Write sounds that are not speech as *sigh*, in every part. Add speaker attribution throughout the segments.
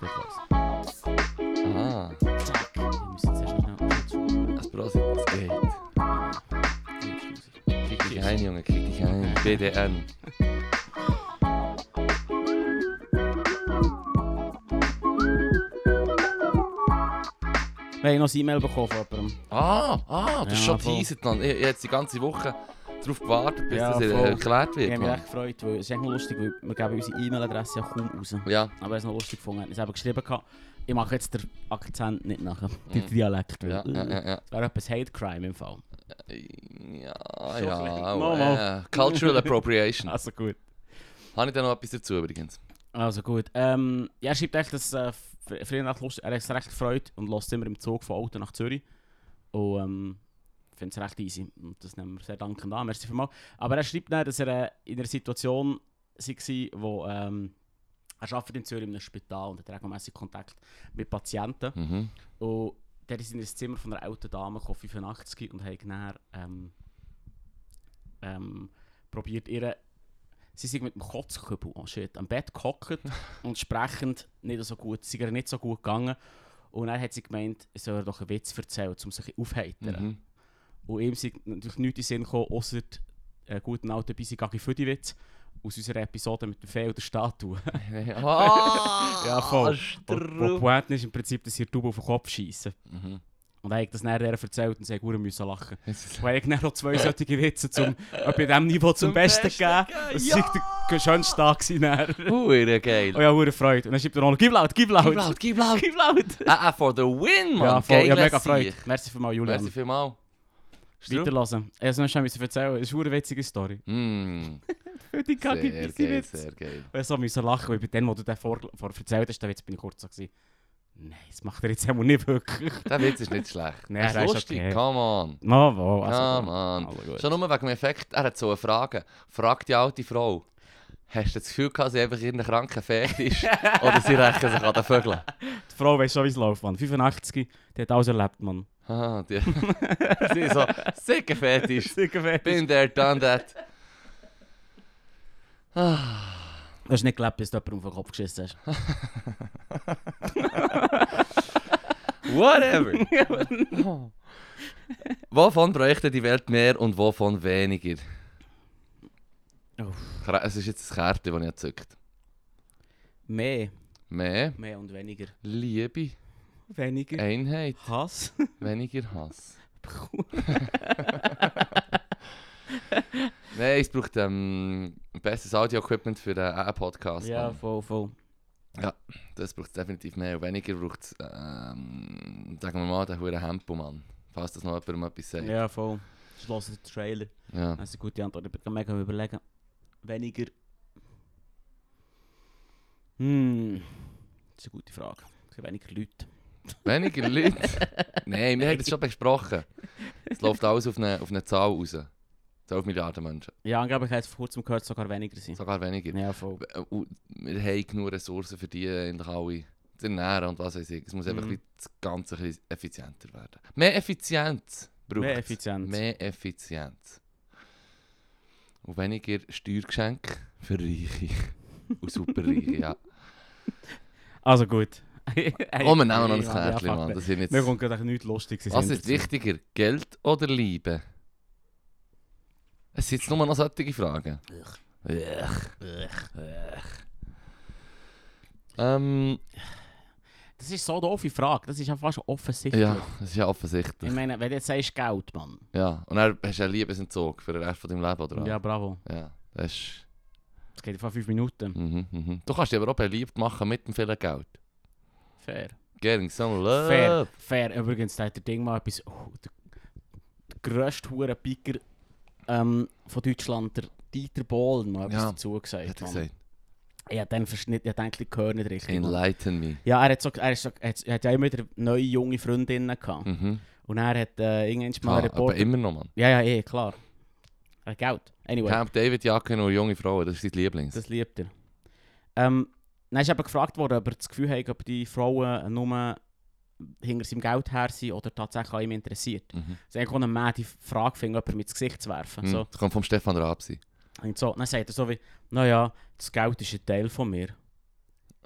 Speaker 1: nicht los.
Speaker 2: Ah,
Speaker 1: Zack. Wir müssen jetzt erst noch schnell dazu.
Speaker 2: das Brot jetzt geht. Krieg dich ein, Junge, krieg dich ein. BDN.
Speaker 1: Wir haben noch ein E-Mail bekommen von jemandem.
Speaker 2: Ah, ah, das ist
Speaker 1: Ja,
Speaker 2: schon
Speaker 1: voll.
Speaker 2: teasert, Mann. Ich, ich hab jetzt die ganze Woche darauf gewartet, bis
Speaker 1: Ja,
Speaker 2: das
Speaker 1: voll.
Speaker 2: erklärt
Speaker 1: Ich
Speaker 2: wird,
Speaker 1: habe mich
Speaker 2: Mann.
Speaker 1: echt gefreut, weil es ist eigentlich noch lustig, weil wir geben unsere E-Mail-Adresse ja kaum raus.
Speaker 2: Ja,
Speaker 1: Aber es ist noch lustig gefunden. Ich habe geschrieben, gehabt, ich mache jetzt den Akzent nicht nachher, den Dialekt. weil,
Speaker 2: Mhm. ja,
Speaker 1: äh,
Speaker 2: ja, ja. ja.
Speaker 1: Das wäre etwas Hate Crime im Fall.
Speaker 2: Ja,
Speaker 1: Schon ein
Speaker 2: ja,
Speaker 1: bisschen.
Speaker 2: oh,
Speaker 1: Mal,
Speaker 2: äh, Cultural Appropriation.
Speaker 1: Also gut.
Speaker 2: Habe ich da noch etwas dazu übrigens?
Speaker 1: Also gut. Ähm, ja, er schreibt echt, dass äh, fr- früher recht lustig, er hat es recht gefreut und lässt immer im Zug von Auto nach Zürich. Und ähm, finde es recht easy. Und das nehmen wir sehr dankend an. Merci vielmals. Aber er schreibt dann, dass er äh, in einer Situation war, wo ähm, er arbeitet in Zürich in einem Spital und hat regelmäßig Kontakt mit Patienten.
Speaker 2: Mhm.
Speaker 1: Und der ist in das Zimmer von einer alten Dame gekommen, 85 und hat dann ähm, ähm, probiert ihre Sie sind mit dem Kotzkübel oh shit, am Bett gehockt und entsprechend nicht so gut, sie sind nicht so gut gegangen. Und dann hat sie gemeint, sie soll doch einen Witz erzählen, um sich aufheitern. *laughs*
Speaker 2: Mhm.
Speaker 1: Und ihm sind natürlich nichts in den Sinn gekommen, außer äh, guten alten Bisi Gagi Füdiwitz aus unserer Episode mit dem Fee und der Statue.
Speaker 2: Ah,
Speaker 1: Ja, voll. Wo- wo die
Speaker 2: Strupp.
Speaker 1: Pointe ist im Prinzip, dass ihr Tube auf den Kopf schießen.
Speaker 2: Mhm.
Speaker 1: Und er hat das nachher ihr erzählt und sie musste müssen lachen.
Speaker 2: Es ist-
Speaker 1: Weil ich dann noch zwei solche Witze
Speaker 2: *laughs*
Speaker 1: zum, bei diesem Niveau zum, Besten
Speaker 2: Besten
Speaker 1: gegeben.
Speaker 2: geben,
Speaker 1: Das
Speaker 2: ja!
Speaker 1: war der schönste Tag. gewesen
Speaker 2: *laughs*
Speaker 1: nachher.
Speaker 2: Hure geil.
Speaker 1: Oh ja, hohe Freude. Und dann schreibt er auch noch, gib laut, gib laut.
Speaker 2: Gib laut, gib laut.
Speaker 1: Gib laut.
Speaker 2: Ah, ah, for the win, Mann.
Speaker 1: ja, voll, ich
Speaker 2: Geiles
Speaker 1: habe mega Freude.
Speaker 2: Sieg.
Speaker 1: Merci für mal,
Speaker 2: Merci
Speaker 1: Julian.
Speaker 2: vielmals. Strupp.
Speaker 1: Weiterlassen. Ich musste noch schnell erzählen, es ist eine hure witzige
Speaker 2: *laughs*
Speaker 1: Story.
Speaker 2: Mm,
Speaker 1: Für die kacke
Speaker 2: sehr
Speaker 1: Pisi
Speaker 2: geil,
Speaker 1: Witz.
Speaker 2: sehr geil.
Speaker 1: Ich so müssen lachen, weil bei dem, wo du den vor, vor erzählt hast, den Witz bin ich kurz so gewesen. Nein, das macht er jetzt einmal nicht wirklich.
Speaker 2: Der Witz ist nicht schlecht.
Speaker 1: Nee,
Speaker 2: Er ist
Speaker 1: der ist
Speaker 2: lustig,
Speaker 1: okay.
Speaker 2: come on.
Speaker 1: No, wo, also,
Speaker 2: *laughs* ja,
Speaker 1: gut.
Speaker 2: Mann.
Speaker 1: Also gut.
Speaker 2: Schon nur wegen dem Effekt, er hat so eine Frage. Frag die alte Frau, hast du das Gefühl gehabt, sie einfach irgendein kranker
Speaker 1: *laughs*
Speaker 2: Fecht ist? oder sie rächen sich an den Vögeln?
Speaker 1: Die Frau weiss schon, wie es läuft, Mann. 85, die hat alles erlebt, Mann.
Speaker 2: Ah, die, *laughs* sie ist so, sicker
Speaker 1: *laughs*
Speaker 2: Fetisch.
Speaker 1: Sicher fertig.
Speaker 2: Been there, done that.
Speaker 1: Du hast nicht gelebt, bis du jemanden auf den Kopf geschissen hast. *laughs*
Speaker 2: Whatever. wovon bräuchte die Welt mehr und wovon weniger?
Speaker 1: Uff.
Speaker 2: Kra- Es ist jetzt das Kärtchen, das ich gezückt
Speaker 1: Mehr.
Speaker 2: Mehr
Speaker 1: Mehr und weniger.
Speaker 2: Liebe,
Speaker 1: Weniger.
Speaker 2: Einheit,
Speaker 1: Hass.
Speaker 2: weniger Hass. *laughs* Nein, es braucht ähm, besseres Audio-Equipment für äh, einen Podcast.
Speaker 1: ja,
Speaker 2: Mann.
Speaker 1: voll, voll.
Speaker 2: Das braucht es definitiv mehr. Und weniger braucht es, ähm, sagen wir mal, den hohen Hempo, Mann. Falls das noch jemandem etwas sagt.
Speaker 1: Ja, voll. Schloss den Trailer.
Speaker 2: Ja.
Speaker 1: Das ist eine gute Antwort. Ich bin mega am überlegen. Weniger. Hm. Das ist eine gute Frage. Es gibt weniger Leute. *laughs*
Speaker 2: Weniger Leute. Nein, wir haben das schon besprochen. Es läuft alles auf eine, auf eine Zahl raus. 12 Milliarden Menschen.
Speaker 1: Ja, angeblich hat es vor kurzem gehört, sogar weniger sein.
Speaker 2: Sogar weniger.
Speaker 1: Ja, voll.
Speaker 2: Und äh, wir haben genug Ressourcen für die eigentlich alle zu ernähren und was weiß ich. Es muss einfach
Speaker 1: Mhm.
Speaker 2: ein bisschen das Ganze ein bisschen effizienter werden. Mehr Effizienz braucht
Speaker 1: Mehr
Speaker 2: es.
Speaker 1: Effizienz.
Speaker 2: Mehr Effizienz. Und weniger Steuergeschenke für Reiche.
Speaker 1: *laughs*
Speaker 2: Und Superreiche, ja.
Speaker 1: Also gut.
Speaker 2: Komm, wir nehmen noch ein Kärtchen, Mann. Das sind jetzt...
Speaker 1: Mir kommt gerade nichts Lustiges. in den
Speaker 2: Was
Speaker 1: Sinn
Speaker 2: ist
Speaker 1: dazu.
Speaker 2: wichtiger, Geld oder Liebe? Es sind jetzt nur noch solche Fragen. Ugh. Ähm,
Speaker 1: Das ist so eine doofe Frage. Das ist ja fast offensichtlich.
Speaker 2: ja, das ist ja offensichtlich.
Speaker 1: Ich meine, wenn du jetzt sagst Geld, Mann.
Speaker 2: Ja, und dann hast du einen Liebesentzug für den Rest von deinem Leben, oder? was?
Speaker 1: Ja, bravo.
Speaker 2: ja. Das ist,
Speaker 1: Das geht etwa fünf Minuten.
Speaker 2: mhm, mhm. Du kannst dich aber auch beliebt machen mit dem vielen Geld.
Speaker 1: Fair.
Speaker 2: Getting some love.
Speaker 1: Fair. Fair. Übrigens, da hat der Ding mal etwas... Oh, der, der grösste Hurenpiker ähm, von Deutschland, der Dieter Bohlen, noch etwas
Speaker 2: Ja.
Speaker 1: dazu gesagt.
Speaker 2: Hat er
Speaker 1: Mann.
Speaker 2: gesagt.
Speaker 1: Ich habe den Verschnitt, ich hab gedacht, ich höre nicht richtig. Mann.
Speaker 2: Enlighten me.
Speaker 1: Ja, er hat, so, er, ist so, er, hat, er hat ja immer wieder neue junge Freundinnen gehabt.
Speaker 2: Mhm.
Speaker 1: Und er hat äh, irgendwann mal
Speaker 2: Ah,
Speaker 1: einen
Speaker 2: aber
Speaker 1: Reporter...
Speaker 2: immer noch, Mann.
Speaker 1: Ja, ja, eh, klar. Er hat Geld. Anyway.
Speaker 2: Camp David Jacken und junge Frauen, das ist dein Lieblings.
Speaker 1: Das liebt er. Ähm, dann ist eben gefragt worden, ob er das Gefühl hat, ob die Frauen nur hinter seinem Geld her sind oder tatsächlich an ihm interessiert.
Speaker 2: mhm.
Speaker 1: Das ist eigentlich auch eine Mann, die Frage fing, jemandem ins Gesicht zu werfen.
Speaker 2: Mhm.
Speaker 1: So. Also
Speaker 2: Das kommt vom
Speaker 1: *laughs*
Speaker 2: Stefan Rapsi.
Speaker 1: Und so. Dann sagt er so wie, naja, das Geld ist ein Teil von mir.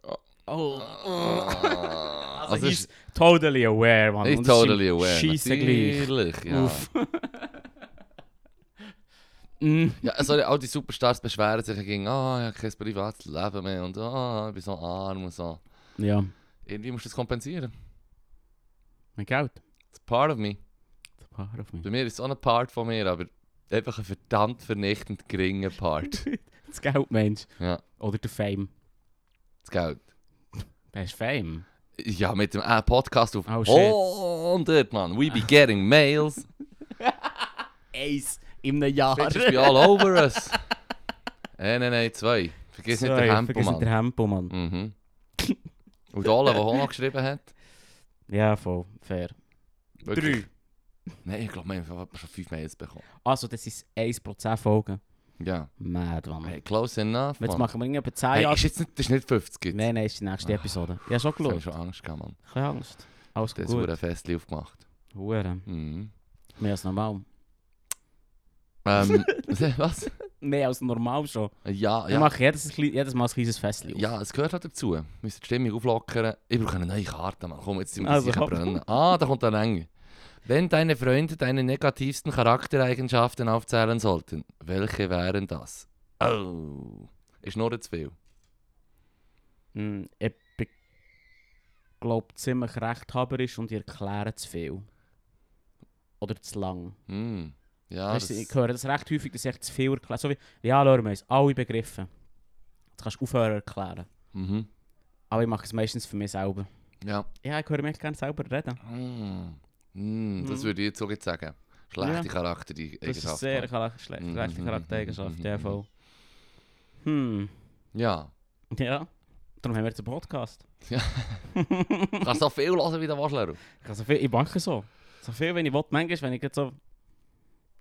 Speaker 2: Oh.
Speaker 1: Oh.
Speaker 2: Ah.
Speaker 1: Also,
Speaker 2: *laughs* Also,
Speaker 1: he's
Speaker 2: ist,
Speaker 1: totally aware, man.
Speaker 2: ich totally aware.
Speaker 1: Scheisse gleich.
Speaker 2: natürlich, Ja.
Speaker 1: Uff. *laughs* Mm.
Speaker 2: Ja, sorry, all die Superstars beschweren sich gegen, ah, ich habe kein privates Leben mehr und ah, ich bin so arm und so.
Speaker 1: Ja,
Speaker 2: Irgendwie musst du das kompensieren.
Speaker 1: mein Geld.
Speaker 2: It's part of me.
Speaker 1: Das Paar auf mich.
Speaker 2: Bei mir ist es auch ein Part von mir, aber einfach ein verdammt vernichtend
Speaker 1: *laughs*
Speaker 2: geringer Part.
Speaker 1: Das Geld, Mensch.
Speaker 2: ja,
Speaker 1: Oder der Fame.
Speaker 2: das Geld.
Speaker 1: Das ist Fame.
Speaker 2: Ja, mit dem äh, Podcast auf
Speaker 1: Oh, shit.
Speaker 2: 100, man. We be getting
Speaker 1: *laughs*
Speaker 2: mails.
Speaker 1: Eins in einem Jahr.
Speaker 2: Bitches be all over us. Nein, nein, nein, zwei. Vergiss nicht den Hempo,
Speaker 1: Vergiss nicht
Speaker 2: Mann.
Speaker 1: den Hempo, Mann. *laughs*
Speaker 2: Mhm. Und alle, die Hono geschrieben hat.
Speaker 1: Ja, voll. Fair.
Speaker 2: Wirklich. Nein, ich glaube, wir haben schon fünf Mails bekommen.
Speaker 1: Also, das ist 1% Folgen.
Speaker 2: Ja.
Speaker 1: Mad, Mann.
Speaker 2: Hey, close enough,
Speaker 1: Jetzt
Speaker 2: Mann.
Speaker 1: machen wir irgendwie 10
Speaker 2: Hey, Ah.
Speaker 1: Jahre.
Speaker 2: ist jetzt nicht, das ist nicht 50 jetzt.
Speaker 1: Nein, nein, ist die nächste Episode. Ja, schon
Speaker 2: Ich habe
Speaker 1: geschaut.
Speaker 2: schon Angst gehabt, Mann.
Speaker 1: Keine Angst. Alles
Speaker 2: Das
Speaker 1: gut.
Speaker 2: wurde ein Festli aufgemacht.
Speaker 1: Hure.
Speaker 2: Mhm.
Speaker 1: Mehr als normal. *laughs*
Speaker 2: Ähm, *laughs* was?
Speaker 1: Mehr als normal schon.
Speaker 2: Ah, Ja,
Speaker 1: Ich
Speaker 2: ja.
Speaker 1: mache jedes, jedes Mal ein kleines Festchen auf.
Speaker 2: Ja, es gehört halt dazu. Wir müssen die Stimmung auflockern. Ich brauche eine neue Karte, Mann. Komm, jetzt sind wir
Speaker 1: Also,
Speaker 2: sicher
Speaker 1: komm.
Speaker 2: brennen. Ah, da kommt eine Enge. Wenn deine Freunde deine negativsten Charaktereigenschaften aufzählen sollten, welche wären das? Oh, ist nur zu viel.
Speaker 1: Hm, Ich bin, glaube ziemlich rechthaberisch und ich erkläre zu viel. Oder zu lang.
Speaker 2: Hm. Ja,
Speaker 1: Weisst
Speaker 2: das,
Speaker 1: du, ich höre das recht häufig, dass ich echt zu viel erkläre. So wie, ja, schau mal, alle Begriffe. Jetzt kannst du aufhören erklären.
Speaker 2: mhm.
Speaker 1: Aber ich mache es meistens für mich selber.
Speaker 2: ja.
Speaker 1: Ja, ich höre mich gerne selber reden.
Speaker 2: Hm. Hm, das
Speaker 1: Mhm.
Speaker 2: würde ich jetzt auch jetzt sagen. Schlechte
Speaker 1: Ja. Das
Speaker 2: Charaktereigenschaften.
Speaker 1: ist sehr chara- schle-
Speaker 2: Mhm,
Speaker 1: schlechte
Speaker 2: mhm,
Speaker 1: Charaktereigenschaft,
Speaker 2: mhm,
Speaker 1: ja
Speaker 2: mhm.
Speaker 1: voll. Hm,
Speaker 2: Ja.
Speaker 1: ja. Darum haben wir jetzt einen Podcast.
Speaker 2: Du kannst so viel hören wie der Waschler.
Speaker 1: Ich, kann so viel, ich banke so. So viel, wenn ich will. Manchmal, wenn ich jetzt so...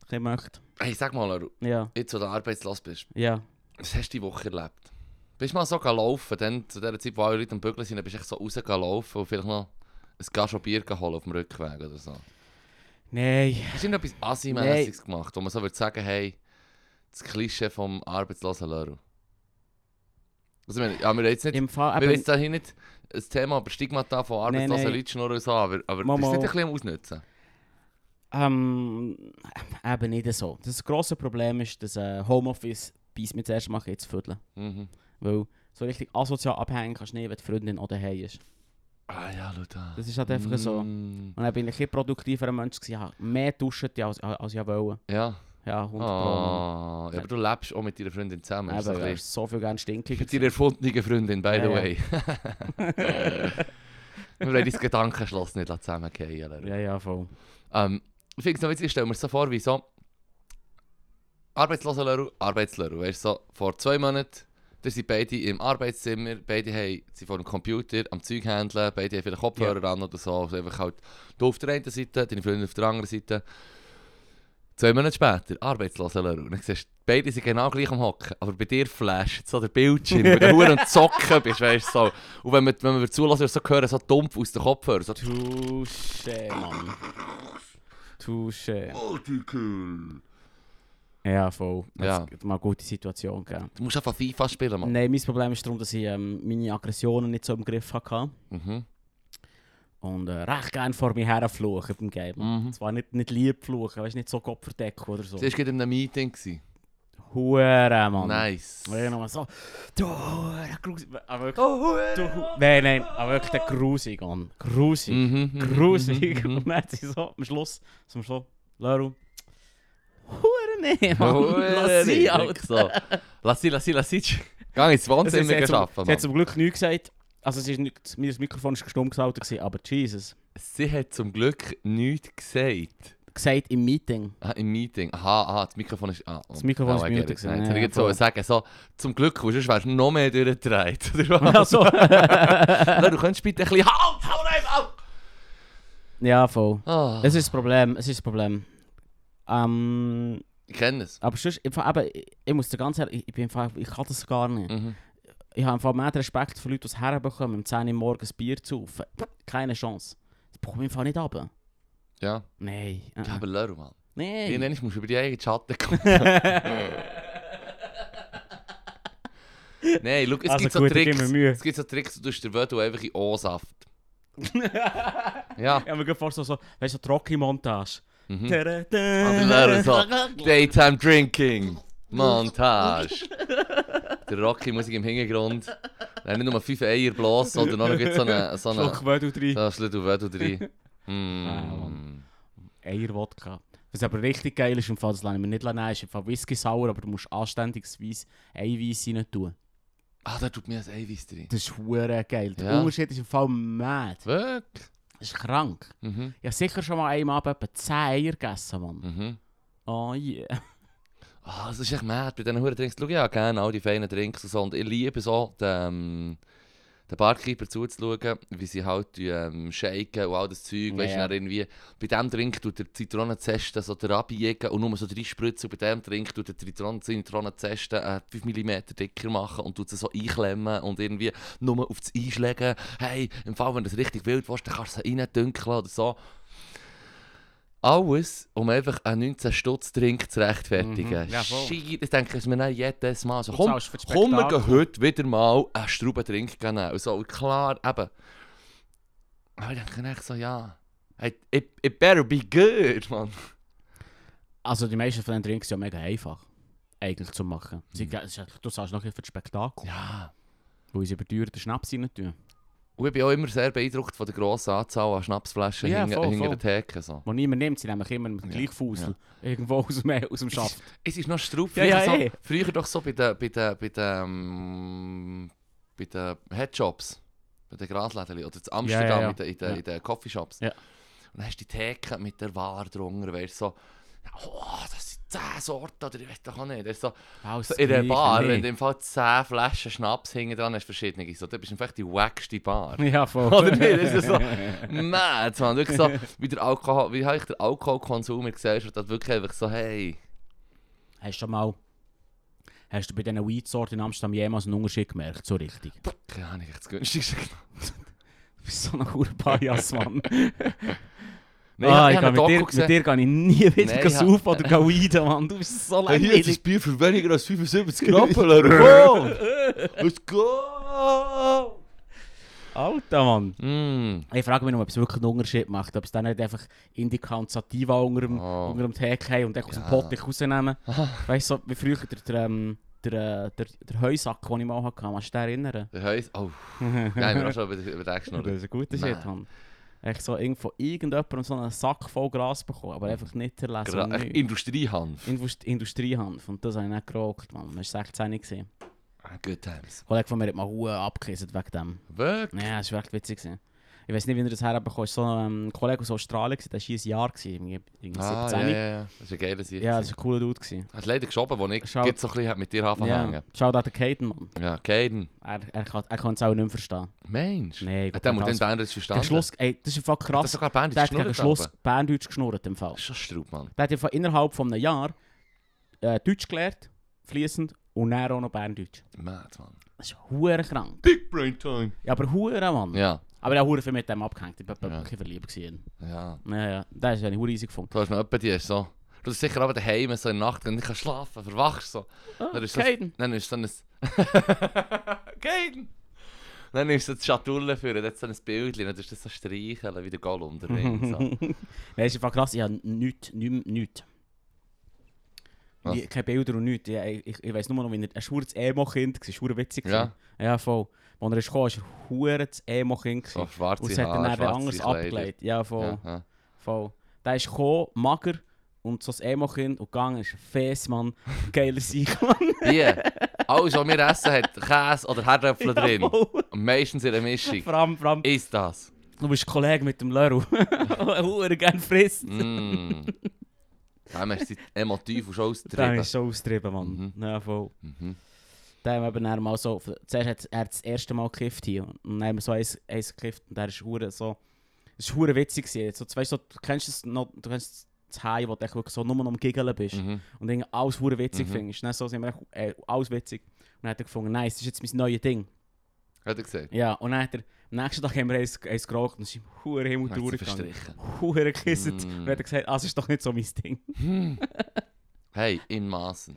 Speaker 1: Ich möchte.
Speaker 2: Hey, sag mal, Leru,
Speaker 1: Ja,
Speaker 2: jetzt, wo du arbeitslos bist,
Speaker 1: ja.
Speaker 2: Was hast du die Woche erlebt? Bist du mal so gelaufen, dann zu der Zeit, wo alle Leute am Bügeln sind, dann bist du echt so rausgelaufen und vielleicht noch ein Gaschon Bier geholt auf dem Rückweg oder so.
Speaker 1: Nein.
Speaker 2: Hast du irgendetwas Assi-mässiges gemacht, wo man so würde sagen, hey, das Klischee vom arbeitslosen Lörl? Also, wir, ja, wir haben jetzt nicht,
Speaker 1: Im Fall...
Speaker 2: wir
Speaker 1: eben-
Speaker 2: haben jetzt hier nicht ein Thema über Stigmata von
Speaker 1: Nein,
Speaker 2: arbeitslosen
Speaker 1: nein.
Speaker 2: Leuten schnurren und so, aber, aber
Speaker 1: Mal,
Speaker 2: bist
Speaker 1: mal.
Speaker 2: du nicht ein bisschen am Ausnutzen?
Speaker 1: Ähm, eben nicht so. Das grosse Problem ist, dass äh, Homeoffice beißt mir zuerst mal jetzt vierteln.
Speaker 2: Mhm.
Speaker 1: Weil so richtig asozial abhängen kannst du nicht, wenn die Freundin oder daheim ist.
Speaker 2: Ah ja, schau da.
Speaker 1: Das ist halt einfach so. Und
Speaker 2: Mm,
Speaker 1: dann bin ich ein bisschen produktiver Mensch gewesen. habe mehr duschen als, als ich wollte.
Speaker 2: Ja.
Speaker 1: Ja, 100
Speaker 2: Oh,
Speaker 1: Pro. Mann.
Speaker 2: ja, aber du lebst auch mit deiner Freundin zusammen. das ist
Speaker 1: Eben,
Speaker 2: ein
Speaker 1: weil
Speaker 2: bisschen-
Speaker 1: ich so viel gerne stinkig.
Speaker 2: Mit deiner erfundenen Freundin, by
Speaker 1: Ja,
Speaker 2: the
Speaker 1: ja. *laughs*
Speaker 2: way. *laughs* Wir wollen dein Gedankenschloss nicht zusammengehen. lassen.
Speaker 1: Ja, ja, voll.
Speaker 2: Ähm, ich finde es noch witzig, ich stelle mir so vor, wie so Arbeitslose Leru, Arbeitslehrer. Weißt du, so, vor zwei Monaten da sind beide im Arbeitszimmer, beide haben, sind vor dem Computer, am Zeug handeln, beide haben vielleicht Kopfhörer an oder so. Also einfach halt du auf der einen Seite, deine Freundin auf der anderen Seite. Zwei Monate später, Arbeitslose Leru. Und dann siehst du, beide sind genau gleich am Hocken. Aber bei dir flasht so der Bildschirm, weil du Huren und Zocken bist, weißt du so. Und wenn man, wenn man zulassen würde, so hören, so dumpf aus den Kopfhörern. So,
Speaker 1: Touché, Mann. Touché.
Speaker 2: Artikel.
Speaker 1: Ja, voll. Das
Speaker 2: Ja.
Speaker 1: hat mal eine gute Situation gegeben.
Speaker 2: Du musst einfach FIFA spielen, Mann.
Speaker 1: Nein, mein Problem ist darum, dass ich ähm, meine Aggressionen nicht so im Griff hatte.
Speaker 2: Mhm.
Speaker 1: Und äh, recht gerne vor mir her fluchen beim Game.
Speaker 2: Mhm.
Speaker 1: Zwar nicht, nicht lieb fluchen, weißt nicht so Kopfverdeck oder so.
Speaker 2: Sie war gerade in einem Meeting. Gewesen.
Speaker 1: Hure, Mann.
Speaker 2: Nice.
Speaker 1: Und ich nochmal so, du Hure, grusig. Aber wirklich,
Speaker 2: Oh,
Speaker 1: du Hu- Nein, nein, aber wirklich der grusig, Mann. Grusig.
Speaker 2: Mhm. mhm,
Speaker 1: Grusig.
Speaker 2: mhm, mhm.
Speaker 1: Und dann hat sie so, am Schluss, zum Schluss, Leru, Hure, nee, Mann.
Speaker 2: Hure,
Speaker 1: *laughs* Lass sie,
Speaker 2: wirklich
Speaker 1: Alter.
Speaker 2: So. Lass sie, lass sie, lass sie. Gang ins
Speaker 1: Also,
Speaker 2: Wohnzimmer
Speaker 1: sie, hat
Speaker 2: geschaffen,
Speaker 1: zum, sie
Speaker 2: Mann.
Speaker 1: hat zum Glück nichts gesagt. Also, sie ist nicht, mein Mikrofon war stumm geschaltet, gewesen, aber "Ah, Jesus.
Speaker 2: Sie hat zum Glück nichts gesagt.
Speaker 1: Gesagt im *laughs* Meeting.
Speaker 2: Ah, Im Meeting. Aha, aha, das Mikrofon ist... Ah,
Speaker 1: Das Mikrofon ist muted
Speaker 2: Jetzt
Speaker 1: gewesen,
Speaker 2: hätte
Speaker 1: ja,
Speaker 2: ich jetzt so
Speaker 1: voll.
Speaker 2: sagen so, zum Glück, weil sonst wärst du noch mehr durchgedreht. Oder
Speaker 1: *laughs*
Speaker 2: was? *laughs*
Speaker 1: Also.
Speaker 2: Nein, du könntest bitte ein bisschen... Halt, hau rein, ab!
Speaker 1: ja, voll.
Speaker 2: Ah,
Speaker 1: Es ist das Problem, es ist das Problem. Ähm,
Speaker 2: ich kenne es.
Speaker 1: aber sonst, ich, eben, ich, ich muss dir ganz ehrlich, ich, bin im Fall, ich kann das gar nicht.
Speaker 2: Mhm.
Speaker 1: Ich habe im Fall mehr Respekt für Leute, die es herbekommen, um 10 Uhr morgens Bier zu saufen. Keine Chance. Das bekomme ich im Fall nicht runter.
Speaker 2: Ja.
Speaker 1: Nein. äh,
Speaker 2: Ja, aber Leru, Mann.
Speaker 1: Nein. *laughs*
Speaker 2: Irgendwann musst du über die eigenen Schatten kommen. Nein, schau, es
Speaker 1: Also
Speaker 2: gibt so
Speaker 1: gut, ich gebe
Speaker 2: Tricks.
Speaker 1: mir Mühe.
Speaker 2: Es gibt so Tricks, du tust den Vödel einfach in O-Saft.
Speaker 1: *laughs* *laughs*
Speaker 2: ja.
Speaker 1: Ich habe mir gerade vorgestellt, so, weißt du, so trockene Montage.
Speaker 2: Mhm.
Speaker 1: Tada,
Speaker 2: Und
Speaker 1: tada.
Speaker 2: dann so, Daytime Drinking. Montage. Der Rocky Musik im Hintergrund. Er hat nicht nur fünf Eier bloß, sondern auch noch gleich so eine, so eine
Speaker 1: Schluck Wödel drin.
Speaker 2: so Schlüssel Vödel drin.
Speaker 1: *laughs* Ah,
Speaker 2: Mm.
Speaker 1: Mann. Eier-Wodka. Was aber richtig geil ist, im Fall, das lasse ich mir nicht nehmen, ist im Fall Whisky sauer, aber du musst anständigsweise Eiweiß rein tun.
Speaker 2: Ah, da tut mir ein Eiweiß drin.
Speaker 1: Das ist hure geil. Der
Speaker 2: Ja.
Speaker 1: Unterschied ist im Fall mad.
Speaker 2: Wirklich?
Speaker 1: Das ist krank.
Speaker 2: Mhm.
Speaker 1: Ich habe sicher schon mal einmal Abend etwa 10 Eier gegessen, Mann.
Speaker 2: Mhm.
Speaker 1: Oh yeah.
Speaker 2: Ah, das ist echt mad. Bei diesen Huren Drinks schau ich ja gerne all die feinen Drinks und so. Und ich liebe so, den, ähm, den Barkeeper zuzuschauen, wie sie halt die, ähm, shaken und all das Zeug.
Speaker 1: Ja,
Speaker 2: Weißt du,
Speaker 1: ja.
Speaker 2: dann irgendwie, bei dem Drink tut der Zitronenzeste so den abjägen und nur so drei Spritzen. Und bei dem Drink tut der Zitron Zitronenzeste äh, 5 mm dicker machen und tut sie so einklemmen und irgendwie nur auf das Einschlägen. Hey, im Fall, wenn du es richtig wild willst, dann kannst du sie reindünkeln oder so. Alles, um einfach einen 19-Stutz-Drink zu rechtfertigen.
Speaker 1: Mhm, ja, voll.
Speaker 2: Schei- das denke ich mir dann jedes Mal. So,
Speaker 1: Du
Speaker 2: komm,
Speaker 1: zahlst für das
Speaker 2: komm, wir
Speaker 1: Spektakel.
Speaker 2: gehen heute wieder mal einen Straubendrink nehmen. Und so, und klar, eben. Aber ich denke mir echt so, ja. It, it, it better be good, man.
Speaker 1: Also die meisten von den Drinks sind ja mega einfach. Eigentlich zu machen. Sie, es ist- Du zahlst noch ein bisschen für das Spektakel.
Speaker 2: Mhm. Ja.
Speaker 1: Wo sie überteuerten Schnaps rein tun.
Speaker 2: Und ich bin auch immer sehr beeindruckt von der grossen Anzahl an Schnapsflaschen
Speaker 1: Ja,
Speaker 2: hinter,
Speaker 1: voll,
Speaker 2: hinter
Speaker 1: voll.
Speaker 2: der Theke. So.
Speaker 1: Die niemand nimmt, sie nämlich immer mit dem
Speaker 2: Ja,
Speaker 1: gleichen Fusel. Irgendwo aus dem, aus dem
Speaker 2: *laughs*
Speaker 1: Schaft.
Speaker 2: Es ist noch Straub.
Speaker 1: Ja, ja,
Speaker 2: früher so,
Speaker 1: eh.
Speaker 2: früher doch so bei den bei den, bei den, ähm, bei den Headshops, bei den Grasläden oder in Amsterdam
Speaker 1: Ja, ja, ja.
Speaker 2: in den, in den,
Speaker 1: Ja.
Speaker 2: in den Coffeeshops.
Speaker 1: Ja.
Speaker 2: Und dann hast du die Theke mit der Ware drunter, weißt du, so, oh, das sind 10 Sorten oder ich weiß doch auch nicht. Das ist so,
Speaker 1: Alles
Speaker 2: so in der
Speaker 1: Gleiche,
Speaker 2: Bar,
Speaker 1: nee.
Speaker 2: wenn du im Fall 10 Flaschen Schnaps hinten dran hast, verschiedene, so, dann bist du einfach die wackste Bar.
Speaker 1: *laughs* Ja, voll.
Speaker 2: Oder nicht? Das ist so mad, man. Wirklich so, wie, der Alkohol, wie habe ich den Alkoholkonsum in der Gesellschaft hat wirklich einfach so, hey...
Speaker 1: Hast du schon mal... Hast du bei diesen Weed-Sorten in Amsterdam jemals einen Unterschied gemerkt? So
Speaker 2: *laughs*
Speaker 1: richtig?
Speaker 2: Keine Ahnung, ich habe das günstigste genommen.
Speaker 1: Du bist so ein Urbajas,
Speaker 2: *laughs*
Speaker 1: Mann.
Speaker 2: Nein,
Speaker 1: ah, ich
Speaker 2: ich, ich
Speaker 1: kann mit,
Speaker 2: habe
Speaker 1: dir,
Speaker 2: einen Doku
Speaker 1: mit
Speaker 2: gesehen.
Speaker 1: dir kann ich nie wieder
Speaker 2: Nein,
Speaker 1: nee,
Speaker 2: ich
Speaker 1: *laughs*
Speaker 2: hab-
Speaker 1: saufen oder gehen weiden, Mann. Du bist
Speaker 2: *laughs*
Speaker 1: so
Speaker 2: Hey, Ah, hier ist
Speaker 1: langweilig.
Speaker 2: das Bier für weniger
Speaker 1: *laughs*
Speaker 2: als 75 Rappen, Let's go!
Speaker 1: Alter, Mann.
Speaker 2: Mm.
Speaker 1: Ich frage mich noch, ob es wirklich einen Unterschied macht. Ob es dann nicht einfach Indica und Sativa unter dem,
Speaker 2: Oh.
Speaker 1: unter dem Tag haben und dann aus dem
Speaker 2: Ja. Ah.
Speaker 1: Pottich rausnehmen.
Speaker 2: *laughs*
Speaker 1: Weißt du, so wie früher der, der, ähm, der, äh, der, der Heusack, den ich mal hatte, kannst du dich erinnern?
Speaker 2: Der Heus... Oh, ja, ich habe auch schon über, über den
Speaker 1: Das
Speaker 2: geschnurrt.
Speaker 1: ist ein guter
Speaker 2: Nein.
Speaker 1: Shit, Mann. Echt so irgendwo irgendjemandem so einen Sack voll Gras bekommen, aber einfach nicht erlesen.
Speaker 2: Gra-
Speaker 1: und
Speaker 2: echt *laughs*
Speaker 1: nichts.
Speaker 2: Industriehanf.
Speaker 1: Indust Industriehanf. Und das habe ich nicht gerockt, Mann. Das war 16 gesehen.
Speaker 2: Good times.
Speaker 1: Ein Kollege von mir hat mal Ruhe abgekisset wegen dem.
Speaker 2: Wirklich?
Speaker 1: Ja, das war echt witzig. Gewesen. Ich weiß nicht, wie er dus das herbekommen ist. So ein Kollege aus Australien, gewesen, der war hier ein Jahr, gewesen, irgendwie irgendwie
Speaker 2: Ah,
Speaker 1: 17.
Speaker 2: ja, ja, ja. Das ist ein geiles Jahr.
Speaker 1: Ja,
Speaker 2: Ja,
Speaker 1: das war ein cooler Dude. Gewesen.
Speaker 2: Hast leider geschoben, wo ich
Speaker 1: Schau-
Speaker 2: jetzt so ein bisschen mit dir anfangen
Speaker 1: Ja.
Speaker 2: hängen.
Speaker 1: Schau da den Caden, Mann.
Speaker 2: Ja, Caden.
Speaker 1: Er, er kann er kann es auch nicht mehr verstehen.
Speaker 2: Mensch.
Speaker 1: Nee, ich
Speaker 2: Hat der
Speaker 1: glaub,
Speaker 2: muss den
Speaker 1: das-
Speaker 2: Bandits
Speaker 1: Der
Speaker 2: verstanden?
Speaker 1: Schluss, ey, das ist einfach
Speaker 2: Hat er
Speaker 1: krass.
Speaker 2: sogar Bandits
Speaker 1: Der hat gegen
Speaker 2: geschnurrt?
Speaker 1: Schluss
Speaker 2: aber?
Speaker 1: Berndeutsch geschnurrt im Fall.
Speaker 2: Das ist schon Straub, Mann.
Speaker 1: Der hat im Fall innerhalb von einem Jahr äh, Deutsch gelernt, fließend, und dann auch noch Berndeutsch.
Speaker 2: Mad, Mann.
Speaker 1: Das ist hure krank.
Speaker 2: Big Brain Time.
Speaker 1: Ja, aber hure, Mann.
Speaker 2: Ja,
Speaker 1: Aber er hat hure viel mit dem abgehängt. Ich war
Speaker 2: Ja.
Speaker 1: wirklich verliebt. Gewesen.
Speaker 2: ja.
Speaker 1: Ja, ja. Das habe ich hure riesig gefunden.
Speaker 2: Du hast noch jemanden, die ist so. Du bist sicher aber daheim so in der Nacht, wenn du nicht kannst schlafen verwachst so.
Speaker 1: Ah,
Speaker 2: Dann ist das-
Speaker 1: Caden.
Speaker 2: Dann ist so ein.
Speaker 1: *laughs*
Speaker 2: Caden! Dann ist so die Schatulle für ihn, dann hat so ein Bild, dann ist das so streicheln, wie der Gollum der Ring. So.
Speaker 1: *laughs* Nein, ist einfach krass, ich habe nichts, nichts, nichts.
Speaker 2: Was?
Speaker 1: Nie- Keine Bilder und nichts. Ich, ich, ich weiss nur noch, wie er ein schwurbes Emo-Kind war, schwurbes witzig.
Speaker 2: Ja.
Speaker 1: ja, voll. Als er kam, war er schwurbes Emo-Kind.
Speaker 2: so
Speaker 1: gewesen.
Speaker 2: schwarze
Speaker 1: und es hat
Speaker 2: Haare,
Speaker 1: dann eben
Speaker 2: schwarze
Speaker 1: anders
Speaker 2: Kleider.
Speaker 1: abgelegt. Oh. Ja, voll.
Speaker 2: Ja, ja.
Speaker 1: voll. Der ist gekommen, mager und so ein Emo-Kind und gegangen ist ein Fes, Mann. Geiler Sieg,
Speaker 2: *laughs*
Speaker 1: Mann.
Speaker 2: Hier, alles, was wir essen, hat Käse oder Herdöpfel
Speaker 1: *laughs*
Speaker 2: drin.
Speaker 1: Ja, voll.
Speaker 2: Und meistens in einer Mischung.
Speaker 1: Vor allem, vor allem,
Speaker 2: Ist das?
Speaker 1: du bist Kollege mit dem Leru.
Speaker 2: *laughs*
Speaker 1: Huere gerne frisst.
Speaker 2: Mm. Dann hast du sie emotiv und schon
Speaker 1: Der
Speaker 2: ausgetrieben.
Speaker 1: ist so austrieben, Mann. Ja, voll.
Speaker 2: Mhm.
Speaker 1: Da haben wir eben dann mal so, zuerst hat er das erste Mal gekifft hier und dann haben wir so eins, eins gekifft und der ist hure so, das war hure witzig gewesen. So, weißt, so, du kennst es noch, du kennst das Hai, wo du echt wirklich so nur noch am Giggeln bist
Speaker 2: Mhm.
Speaker 1: und irgendwie alles hure witzig
Speaker 2: Mhm.
Speaker 1: findest. Dann so sind wir echt, äh, alles witzig. Und dann hat er gefunden, nein, das ist jetzt mein neues Ding.
Speaker 2: Hat er gesagt?
Speaker 1: Ja, und dann hat er, am nächsten Tag haben wir eins, eins geraucht und es ist ihm hure Himmel
Speaker 2: Hat sie
Speaker 1: durchgegangen.
Speaker 2: verstrichen.
Speaker 1: Hure gekisset.
Speaker 2: Mm.
Speaker 1: Und dann hat er gesagt, ah, das ist doch nicht so mein Ding.
Speaker 2: Hm. Hey, in Maßen.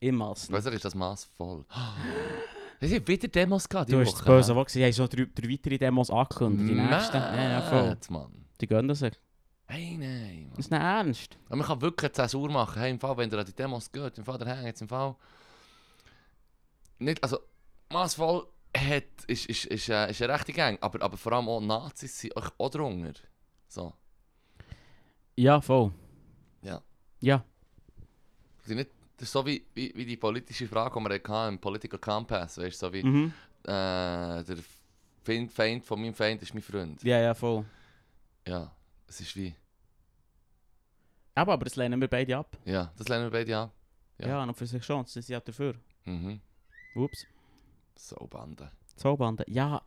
Speaker 1: Immer.
Speaker 2: *gasps* Weißt du, ist das Maß voll. Ich Es sind wieder Demos gehabt, die
Speaker 1: Du hast das
Speaker 2: Woche.
Speaker 1: böse Wort gesehen. Sie haben schon drei, drei weitere Demos angekündigt. Die nächsten. Ja, ja, voll.
Speaker 2: Mad, Mann.
Speaker 1: Die gönnen sich.
Speaker 2: Hey, nein, Mann.
Speaker 1: Das ist nicht ernst.
Speaker 2: Aber man kann wirklich eine Zäsur machen. Hey, im Fall, wenn ihr an die Demos geht, im Fall, der hängt jetzt im Fall. Nicht, also, Massvoll hat, ist, ist, ist, äh, ist eine rechte Gang, aber, aber vor allem auch Nazis sind auch, auch drunter. So.
Speaker 1: Ja, voll.
Speaker 2: Ja.
Speaker 1: Ja.
Speaker 2: Sie Sind nicht, das ist so wie, wie, wie die politische Frage, die wir hatten im Political Compass. Weißt du, so wie
Speaker 1: Mhm.
Speaker 2: äh, der Feind, Feind von meinem Feind ist mein Freund.
Speaker 1: Ja, ja, voll.
Speaker 2: Ja, es ist wie.
Speaker 1: Aber, aber das lehnen wir beide ab.
Speaker 2: Ja, das lernen wir beide an. Ja.
Speaker 1: Ja, an und für sich schon. Sie sind ja dafür.
Speaker 2: Mhm.
Speaker 1: Ups.
Speaker 2: So Bande.
Speaker 1: Zaubande. Ja.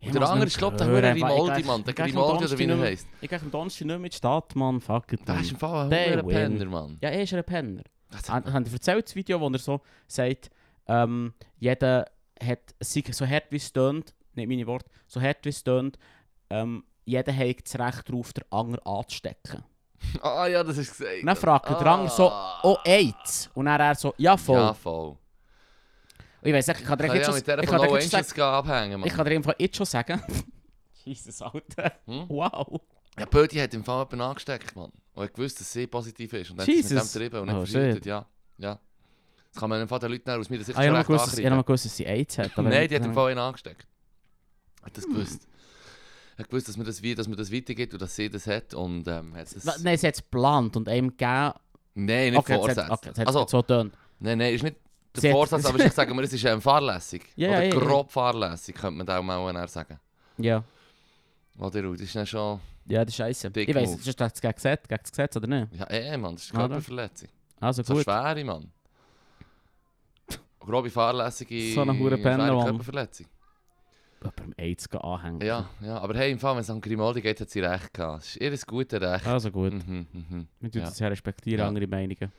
Speaker 1: Ich
Speaker 2: Und der
Speaker 1: muss
Speaker 2: andere
Speaker 1: nicht
Speaker 2: ist, glaube ich,
Speaker 1: mehr
Speaker 2: der Hure
Speaker 1: hören, weil ich
Speaker 2: Rimoldi,
Speaker 1: gleich-
Speaker 2: Mann. Der
Speaker 1: ich gleich am
Speaker 2: Grimaldi oder wie er
Speaker 1: Donnerstag
Speaker 2: heisst.
Speaker 1: Ich gehe am Donnerstag nicht mit Stadt, Mann. Fuck it.
Speaker 2: Der ist
Speaker 1: Mann.
Speaker 2: im Fall
Speaker 1: They
Speaker 2: ein Hure
Speaker 1: win.
Speaker 2: Penner, Mann.
Speaker 1: Ja, er ist ein Penner.
Speaker 2: Das
Speaker 1: Haben haben ihr erzählt das Video, wo er so sagt, ähm, jeder hat, es sei so hart wie es tönt, nicht meine Worte, so hart wie es tönt, ähm, jeder hat das Recht darauf, den anderen anzustecken.
Speaker 2: Ah ja, das ist gesagt.
Speaker 1: Dann fragt der andere so, oh AIDS. Und dann er so, ja voll.
Speaker 2: Ah. Ja, voll.
Speaker 1: Und Ich weiß nicht, ich kann dir
Speaker 2: Kann
Speaker 1: jetzt
Speaker 2: ja
Speaker 1: schon,
Speaker 2: mit
Speaker 1: ich
Speaker 2: der
Speaker 1: kann
Speaker 2: von
Speaker 1: dir
Speaker 2: No
Speaker 1: jetzt schon sagen,
Speaker 2: Angels gehen abhängen,
Speaker 1: ich
Speaker 2: Mann.
Speaker 1: kann dir einfach jetzt schon sagen, *laughs* Jesus Alter,
Speaker 2: Hm?
Speaker 1: wow.
Speaker 2: Ja, Pöti hat im Fall jemanden angesteckt, Mann. Und hat gewusst, dass sie positiv ist. Und dann hat sie mit dem
Speaker 1: Jesus.
Speaker 2: getrieben und hat
Speaker 1: Oh,
Speaker 2: verschüttet,
Speaker 1: shit.
Speaker 2: ja. Ja. Das kann man im Fall den Leuten dann aus meiner Sicht
Speaker 1: Ah, ich
Speaker 2: schon
Speaker 1: habe noch
Speaker 2: recht
Speaker 1: gewusst, dass- ich habe
Speaker 2: anreiben.
Speaker 1: noch gewusst, dass sie AIDS hat. aber
Speaker 2: Nein,
Speaker 1: ich-
Speaker 2: die hat im Fall einen angesteckt. Hat
Speaker 1: Hm.
Speaker 2: das gewusst. Hat gewusst, dass man das, wie- dass man das weitergibt und dass sie das hat. Und ähm, hat das...
Speaker 1: Wa- Nein, sie hat es geplant und einem gegeben.
Speaker 2: Nein, nicht
Speaker 1: ne. Okay, jetzt
Speaker 2: Vorsatz.
Speaker 1: hat okay, jetzt hat-
Speaker 2: also,
Speaker 1: jetzt so getönt.
Speaker 2: nein, nein, ist nicht der
Speaker 1: Sie hat-
Speaker 2: Vorsatz, aber
Speaker 1: *laughs*
Speaker 2: ich sage mal, es ist ähm, fahrlässig.
Speaker 1: Ja,
Speaker 2: Oder
Speaker 1: ja, ja.
Speaker 2: grob fahrlässig, könnte man da auch mal eher sagen.
Speaker 1: Ja.
Speaker 2: Oder, das ist dann schon...
Speaker 1: Ja, das ist scheiße.
Speaker 2: Dick
Speaker 1: ich weiß,
Speaker 2: move.
Speaker 1: ist das gegen das Gesetz, gegen das Gesetz oder nicht?
Speaker 2: Ja, eh, Mann, das ist
Speaker 1: Oder?
Speaker 2: eine Körperverletzung.
Speaker 1: Also
Speaker 2: So eine
Speaker 1: gut.
Speaker 2: schwere, Mann. Grobe fahrlässige
Speaker 1: So eine hure Penner,
Speaker 2: schwere
Speaker 1: Mann.
Speaker 2: Körperverletzung.
Speaker 1: Aber beim AIDS gehen anhängen.
Speaker 2: Ja, ja, aber hey, im Fall, wenn es am Grimaldi geht, hat sie recht gehabt. Es ist ihr gutes Recht.
Speaker 1: Also gut.
Speaker 2: Mhm, mhm.
Speaker 1: Wir tun
Speaker 2: Ja.
Speaker 1: das ja respektieren,
Speaker 2: Ja.
Speaker 1: andere Meinungen.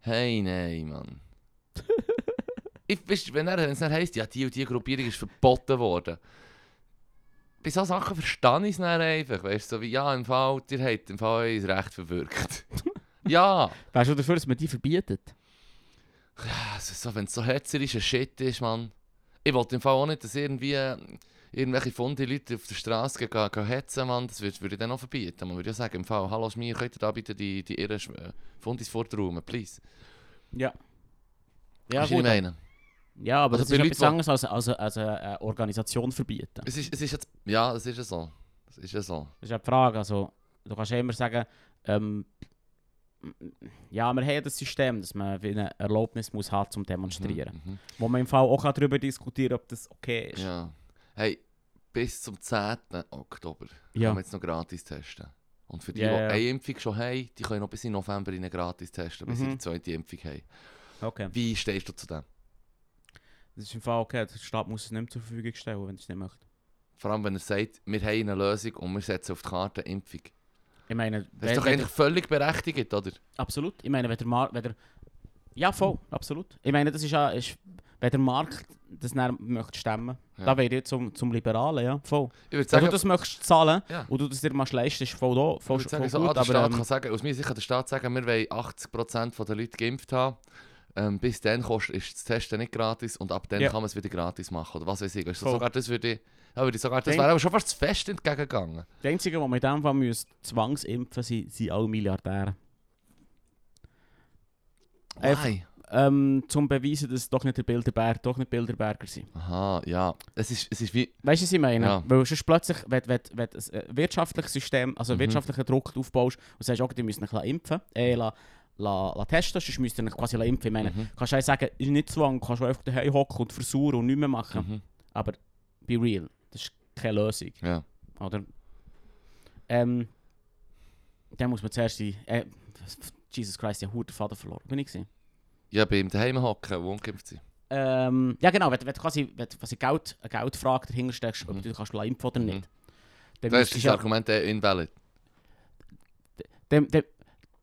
Speaker 2: Hey, nein, Mann. ich, weißt, du, wenn er, wenn es dann heisst, ja, die und die Gruppierung ist verboten worden. Bei solchen Sachen verstehe ich es dann einfach. Weißt du, so wie, ja, im Fall, ihr habt im Fall euer Recht verwirkt. ja!
Speaker 1: Weißt du dafür, dass man die verbietet?
Speaker 2: Also, so, wenn es so hetzerischer Shit ist, Mann. Ich wollte im Fall auch nicht, dass irgendwie äh, irgendwelche funde Leute auf der Straße gehen, gehen, gehen hetzen, Mann. Das würde würd ich dann auch verbieten. Man würde ja sagen, im Fall, hallo Schmier, könnt ihr da bitte die, die irren Sch- äh, Fundis vorträumen, please.
Speaker 1: Ja.
Speaker 2: Ja,
Speaker 1: Ja,
Speaker 2: Weisst du, was
Speaker 1: gut.
Speaker 2: ich meine?
Speaker 1: Ja, aber
Speaker 2: Also
Speaker 1: das
Speaker 2: bei
Speaker 1: ist
Speaker 2: Leuten,
Speaker 1: etwas
Speaker 2: die-
Speaker 1: anderes als, als, als eine eine Organisation verbieten.
Speaker 2: Es ist, es ist jetzt, ja, es ist ja so. Es ist ja so. Mhm,
Speaker 1: Das ist ja die Frage. Also, du kannst ja immer sagen, ähm, ja, wir haben das System, dass man wie eine Erlaubnis muss hat zum Demonstrieren.
Speaker 2: Mhm.
Speaker 1: Wo man im Fall auch darüber diskutieren kann, ob das okay ist.
Speaker 2: Ja. Hey, bis zum 10. Oktober
Speaker 1: Ja.
Speaker 2: kann man jetzt noch gratis testen. Und für die,
Speaker 1: Ja,
Speaker 2: die
Speaker 1: ja.
Speaker 2: eine Impfung schon haben, die können noch bis in November rein gratis testen, bis sie
Speaker 1: Mhm.
Speaker 2: die zweite Impfung haben.
Speaker 1: Okay.
Speaker 2: Wie stehst du zu dem?
Speaker 1: Das ist im Fall okay. Der Staat muss es nicht mehr zur Verfügung stellen, wenn er es nicht möchte.
Speaker 2: Vor allem, wenn er sagt, wir haben eine Lösung und wir setzen auf die Karte eine Impfung.
Speaker 1: Ich meine,
Speaker 2: Das
Speaker 1: wenn-
Speaker 2: ist doch
Speaker 1: wenn-
Speaker 2: eigentlich völlig berechtigt, oder?
Speaker 1: Absolut. Ich meine, wenn der Markt. Wenn der ja, voll, absolut. Ich meine, das ist ja. Ist, wenn der Markt das dann möchte stemmen
Speaker 2: Ja.
Speaker 1: da wäre ich zum, zum Liberalen, ja, voll.
Speaker 2: Ich würde
Speaker 1: Wenn
Speaker 2: sagen,
Speaker 1: du das möchtest zahlen
Speaker 2: Ja.
Speaker 1: und du das dir mal leisten, ist voll da,
Speaker 2: ich
Speaker 1: voll, voll
Speaker 2: würde sagen
Speaker 1: gut,
Speaker 2: so, ah, der
Speaker 1: aber
Speaker 2: Staat
Speaker 1: ähm,
Speaker 2: kann sagen, aus meiner Sicht kann der Staat sagen, wir wollen 80% der Leute geimpft haben. Ähm, bis dann kostet, ist das Testen nicht gratis und ab dann
Speaker 1: Ja.
Speaker 2: kann man es wieder gratis machen. Oder was weiß ich. Weißt du,
Speaker 1: Voll.
Speaker 2: sogar das würde ich, ja, würde ich sogar, das
Speaker 1: Denk-
Speaker 2: wäre aber schon fast zu fest entgegengegangen.
Speaker 1: die Einzigen, die man in diesem Fall müssen, zwangsimpfen sind, sind alle Milliardäre. Einfach-
Speaker 2: Nein.
Speaker 1: Ähm, zum beweisen, dass doch nicht der Bilderberg, doch nicht Bilderberger sind.
Speaker 2: Aha, ja. Es ist, es ist wie,
Speaker 1: Weißt du, was ich meine?
Speaker 2: Ja.
Speaker 1: Weil sonst plötzlich, wenn, wenn, wenn du ein äh, wirtschaftliches System, also
Speaker 2: Mhm.
Speaker 1: wirtschaftlichen Druck aufbaust und sagst, okay, die müssen euch impfen, äh, la, la, la testen, sonst müsst ihr euch quasi impfen. Ich meine,
Speaker 2: Mhm.
Speaker 1: kannst du auch sagen, ist nicht zwang, kannst du einfach daheim hocken und versuchen und nichts mehr machen.
Speaker 2: Mhm.
Speaker 1: Aber be real, das ist keine Lösung,
Speaker 2: ja.
Speaker 1: oder? Ähm, dann muss man zuerst die, äh, Jesus Christ, ich habe den Faden verloren, bin ich gesehen.
Speaker 2: ja, bei ihm daheim hocken, wo ungeimpft sind.
Speaker 1: Ähm, ja genau, wenn, wenn du quasi, wenn du quasi Geld, eine Geldfrage dahinter steckst, ob du dich kannst impfen lassen oder nicht. Dann
Speaker 2: Mhm. Das
Speaker 1: müsstest
Speaker 2: ist
Speaker 1: du
Speaker 2: das
Speaker 1: ja-
Speaker 2: Argument eh invalid.
Speaker 1: dann, dann,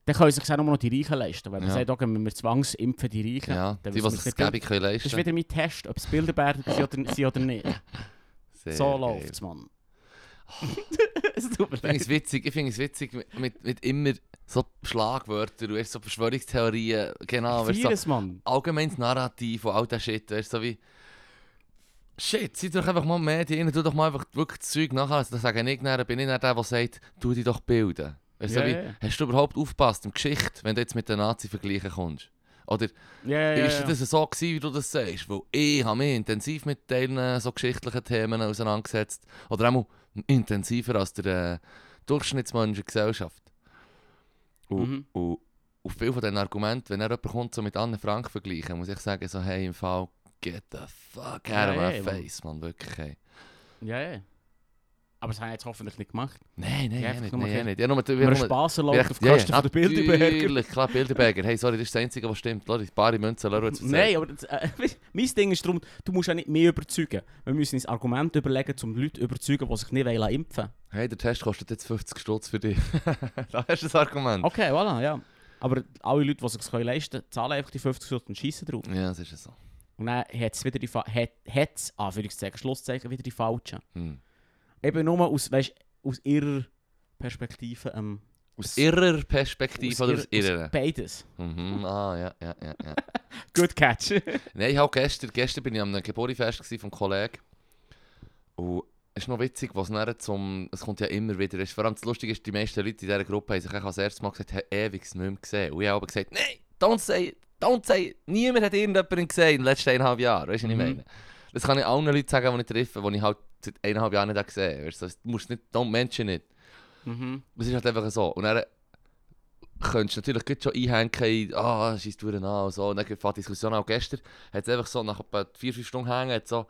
Speaker 1: dann können sich auch nur noch die Reichen leisten. Wenn man
Speaker 2: Ja.
Speaker 1: sagt, okay, wir wir zwangsimpfen die Reichen,
Speaker 2: Ja,
Speaker 1: dann
Speaker 2: die,
Speaker 1: wissen
Speaker 2: die
Speaker 1: wir
Speaker 2: es
Speaker 1: nicht.
Speaker 2: gäbe, können
Speaker 1: Das ist
Speaker 2: leisten.
Speaker 1: wieder mein Test, ob es Bilderberger sind oder, sind oder nicht.
Speaker 2: *laughs* Sehr
Speaker 1: so
Speaker 2: geil.
Speaker 1: läuft
Speaker 2: *laughs*
Speaker 1: es, Mann. *laughs* es tut mir
Speaker 2: Ich finde
Speaker 1: leid.
Speaker 2: es witzig, ich finde es witzig mit, mit immer so Schlagwörter und so Verschwörungstheorien. Genau, weißt, so
Speaker 1: Vieles, Mann.
Speaker 2: allgemeines Narrativ und all das Shit, weißt du, so wie. Shit, seid doch einfach mal Medien, tu doch mal einfach wirklich das Zeug nachher. Also, das sage ich dann, bin ich nicht der, der sagt, tu dich doch bilden. Weißt du,
Speaker 1: Ja,
Speaker 2: so wie,
Speaker 1: ja, ja.
Speaker 2: hast du überhaupt aufgepasst in der Geschichte, wenn du jetzt mit den Nazi vergleichen kommst? Oder
Speaker 1: Ja, ja, ja.
Speaker 2: ist
Speaker 1: ja.
Speaker 2: das so gewesen, wie du das sagst? Weil ich habe mich intensiv mit diesen so geschichtlichen Themen auseinandergesetzt. Oder auch intensiver als der äh, Durchschnittsmensch in der Gesellschaft. Und,
Speaker 1: Mhm.
Speaker 2: und auf viel von diesen Argumenten, wenn er jemand kommt, so mit Anne Frank vergleichen, muss ich sagen, so hey, im Fall, get the fuck out
Speaker 1: Ja,
Speaker 2: of my
Speaker 1: ja, Mann.
Speaker 2: face, man, wirklich, hey.
Speaker 1: ja, ja. Ah, Aber das haben jetzt hoffentlich nicht gemacht.
Speaker 2: Nein, nein,
Speaker 1: Ja,
Speaker 2: ja,
Speaker 1: einfach
Speaker 2: nicht,
Speaker 1: nur mal
Speaker 2: nein, ja
Speaker 1: ein
Speaker 2: nicht. Ja, nur, wir
Speaker 1: Wir haben
Speaker 2: nur-
Speaker 1: Spass erlaubt
Speaker 2: wir-
Speaker 1: auf
Speaker 2: ja, ja,
Speaker 1: Kosten von der Bilderberger.
Speaker 2: Natürlich, klar, Bilderberger. Hey, sorry, das ist das Einzige, was stimmt. Leute, ein paar Münzen, lassen wir jetzt
Speaker 1: Nein, aber das, *laughs* äh, weisst du, mein Ding ist darum, du musst ja nicht mehr überzeugen. Wir müssen uns Argumente überlegen, um Leute zu überzeugen, die sich nicht wollen impfen wollen.
Speaker 2: Hey, der Test kostet jetzt 50 Stutz für dich. *laughs* da hast du das Argument.
Speaker 1: Okay, voilà, ja. Aber alle Leute, die sich können leisten können, zahlen einfach die 50 Stunden und schießen drauf.
Speaker 2: Ja, das ist ja so.
Speaker 1: Und dann hat es wieder die Fa ah, hat, hat's, Anführungszeichen, Schlusszeichen, wieder die Falschen.
Speaker 2: Hm.
Speaker 1: Eben nur aus, weißt, aus ihrer Perspektive. Ähm,
Speaker 2: Aus irrer Perspektive
Speaker 1: aus
Speaker 2: oder
Speaker 1: ihrer-
Speaker 2: aus irrer?
Speaker 1: Beides.
Speaker 2: Mhm. Ah, ja, ja, ja, ja.
Speaker 1: Good catch. *laughs*
Speaker 2: Nein, ich habe gestern, gestern bin ich am Geburtstagsfest gsi vom Kollegen. Und es ist noch witzig, was nachher zum... Es kommt ja immer wieder. Es ist, vor allem das Lustige ist, die meisten Leute in dieser Gruppe haben sich eigentlich als erstes Mal gesagt, haben ewig nicht mehr gesehen. Und ich habe aber gesagt, nein, don't say it, don't say it. Niemand hat irgendjemanden gesehen in den letzten eineinhalb Jahren. Weißt du, was ich
Speaker 1: Mhm.
Speaker 2: meine? Das kann ich allen Leuten sagen, die ich treffe, die ich halt seit eineinhalb Jahren nicht habe gesehen habe. Weißt du, das musst du nicht... Don't mention it.
Speaker 1: mhm.
Speaker 2: Es ist halt einfach so. Und dann könntest du natürlich gut schon einhängen in, ah, schießt du an und so. Und dann fängt die Diskussion auch gestern, hat es einfach so, nach etwa vier, fünf Stunden hängen, hat so,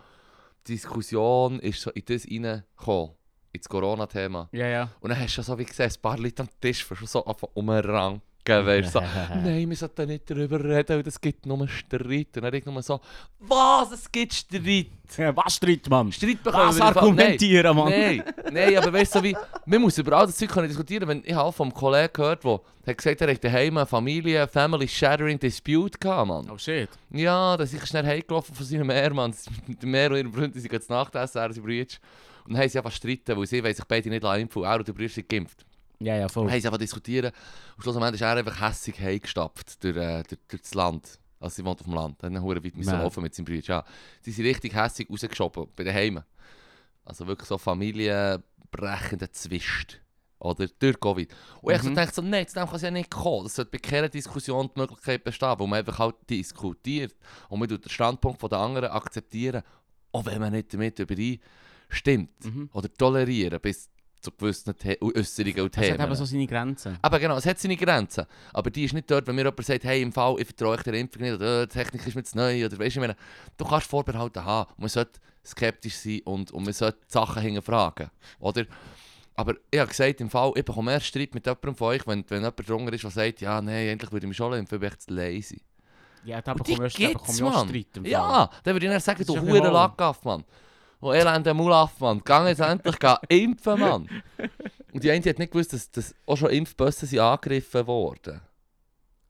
Speaker 2: die Diskussion ist so in das reingekommen, ins Corona-Thema.
Speaker 1: Ja, ja.
Speaker 2: Und dann hast du schon so wie gesehen, ein paar Leute am Tisch, die schon so einfach umranken, weißt
Speaker 1: *laughs*
Speaker 2: du, so. Nein, wir sollten nicht darüber reden, weil es gibt nur Streit. Und dann ich nur so, was, es gibt Streit?
Speaker 1: Ja, Was streitet man?
Speaker 2: Streit bekommen
Speaker 1: Was
Speaker 2: wir im Fall- Nein.
Speaker 1: argumentieren, Mann?
Speaker 2: Nein, nein, aber weißt du, so wie, man muss über all das Zeug können diskutieren. Wenn, ich habe auch vom Kollegen gehört, der hat gesagt er hat daheim eine Familie, Family Shattering Dispute gehabt, Mann.
Speaker 1: Oh shit.
Speaker 2: Ja, dass ich schnell heimgelaufen von seinem Meer, Mann. *laughs* Der Meer und ihre Brüder sind jetzt Nachtessen, er ist Brütsch. Und dann haben sie einfach stritten, weil sie wollen sich beide nicht impfen, auch der Brüder sind geimpft.
Speaker 1: Ja, ja, voll.
Speaker 2: Dann haben sie einfach diskutieren. Und schlussendlich ist er einfach hässig heimgestapft durch, äh, durch, durch das Land. Also sie wohnt auf dem Land. Dann haben sie weit müssen
Speaker 1: Mad.
Speaker 2: laufen mit seinem Brüder. Ja. Sie sind richtig hässig rausgeschoben, bei den Heimen. Also wirklich so familienbrechender Zwist. Oder durch Covid. Und ich so
Speaker 1: Mhm.
Speaker 2: dachte so, nein, zu dem kann es ja nicht kommen. Es sollte bei keiner Diskussion die Möglichkeit bestehen, wo man einfach halt diskutiert. Und man tut den Standpunkt von der anderen akzeptieren, auch wenn man nicht damit übereinstimmt.
Speaker 1: Mhm.
Speaker 2: Oder tolerieren, bis zu gewissen The Äußerungen und
Speaker 1: Es
Speaker 2: Themen.
Speaker 1: hat eben so seine Grenzen.
Speaker 2: Aber genau, es hat seine Grenzen. Aber die ist nicht dort, wenn mir jemand sagt, hey, im Fall, ich vertraue euch der Impfung nicht, oder äh, die Technik ist mir zu neu, oder weißt du, ich meine, du kannst Vorbehalte haben, man sollte skeptisch sein und, und man sollte die Sachen hinterfragen, oder? Aber ich habe gesagt, im Fall, ich bekomme erst Streit mit jemandem von euch, wenn, wenn jemand drunter ist, der sagt, ja, nein, endlich würde ich mich schon impfen, ich bin echt lazy.
Speaker 1: Ja, da
Speaker 2: Und die
Speaker 1: bekomme ich da bekomme
Speaker 2: gibt's,
Speaker 1: ich auch
Speaker 2: Mann.
Speaker 1: Streit. im Fall.
Speaker 2: Ja, dann würde ich dann sagen,
Speaker 1: Das ist
Speaker 2: du
Speaker 1: ja
Speaker 2: Hure
Speaker 1: verloren.
Speaker 2: Lackaff, Mann. Oh, elender Mulaff, Mann. Geh jetzt endlich geh
Speaker 1: *laughs*
Speaker 2: impfen, Mann. Und die eine hat nicht gewusst, dass, dass auch schon Impfbössen sind angegriffen wurden.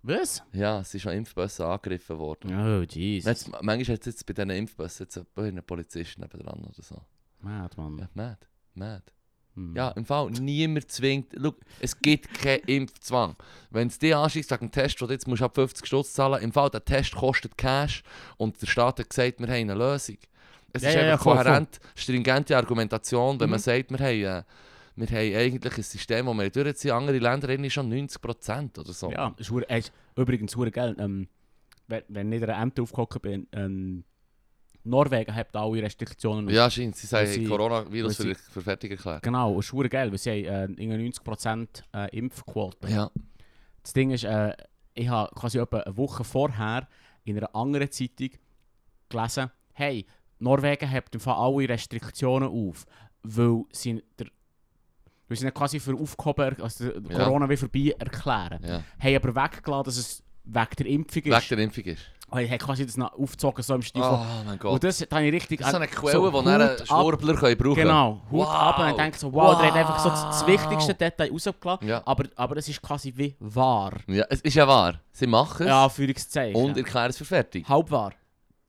Speaker 1: Was?
Speaker 2: Ja, es sind schon Impfbössen angegriffen worden.
Speaker 1: Oh, Jesus.
Speaker 2: Jetzt, manchmal hat es jetzt bei diesen Impfbössen jetzt einen Polizisten nebenan oder so.
Speaker 1: Mad, Mann.
Speaker 2: Ja, mad, mad.
Speaker 1: Hm.
Speaker 2: Ja, im Fall, niemand zwingt. Schau, es gibt keinen Impfzwang. Wenn es dir anschießt, sagt ein Test, wo du jetzt musst ab 50 Stutz zahlen im Fall, der Test kostet Cash und der Staat hat gesagt, wir haben eine Lösung. Es
Speaker 1: Ja,
Speaker 2: ist
Speaker 1: ja, ja,
Speaker 2: einfach
Speaker 1: voll,
Speaker 2: kohärent, stringente Argumentation, wenn man
Speaker 1: Mhm.
Speaker 2: sagt, wir haben, äh, wir haben eigentlich ein System, das wir durchziehen. Andere Länder reden schon 90% oder so.
Speaker 1: Ja, ist hure- ist übrigens hure geil. Ähm, wenn, wenn ich in einer Ämter aufgehockt bin, ähm, Norwegen hat alle Restriktionen.
Speaker 2: ja scheint. Sie
Speaker 1: Weil
Speaker 2: sagen,
Speaker 1: sie-
Speaker 2: Coronavirus
Speaker 1: weil sie-
Speaker 2: für, für fertig erklärt.
Speaker 1: Genau, ist hure geil, weil sie haben äh, irgendwie 90% äh, Impfquote.
Speaker 2: Ja.
Speaker 1: Das Ding ist, äh, ich habe quasi etwa eine Woche vorher in einer anderen Zeitung gelesen, hey, Norwegen hebt im Fall alle Restriktionen auf, weil sie, der, weil sie ihn quasi für aufgehoben, also der-
Speaker 2: Ja.
Speaker 1: Corona wie vorbei erklären.
Speaker 2: ja.
Speaker 1: Haben aber weggelassen, dass es wegen der Impfung
Speaker 2: Wegen
Speaker 1: ist.
Speaker 2: der Impfung ist.
Speaker 1: Und haben Oh, quasi dus das noch aufgezogen, so im Stil
Speaker 2: Oh
Speaker 1: von...
Speaker 2: mein Gott.
Speaker 1: Und das da habe ich richtig...
Speaker 2: Das ist so eine Quelle,
Speaker 1: so
Speaker 2: die nachher
Speaker 1: Hut ab-
Speaker 2: Schwurbler können brauchen
Speaker 1: Genau, Hut
Speaker 2: Wow.
Speaker 1: ab und ich denke so, wow, der hat einfach so das, das
Speaker 2: Wow.
Speaker 1: wichtigste Detail rausgelassen.
Speaker 2: Ja.
Speaker 1: Aber, aber es ist quasi wie wahr.
Speaker 2: Ja, es ist ja wahr. Sie machen es
Speaker 1: Ja, Führungszeichen.
Speaker 2: und erklären es für fertig.
Speaker 1: halbwahr.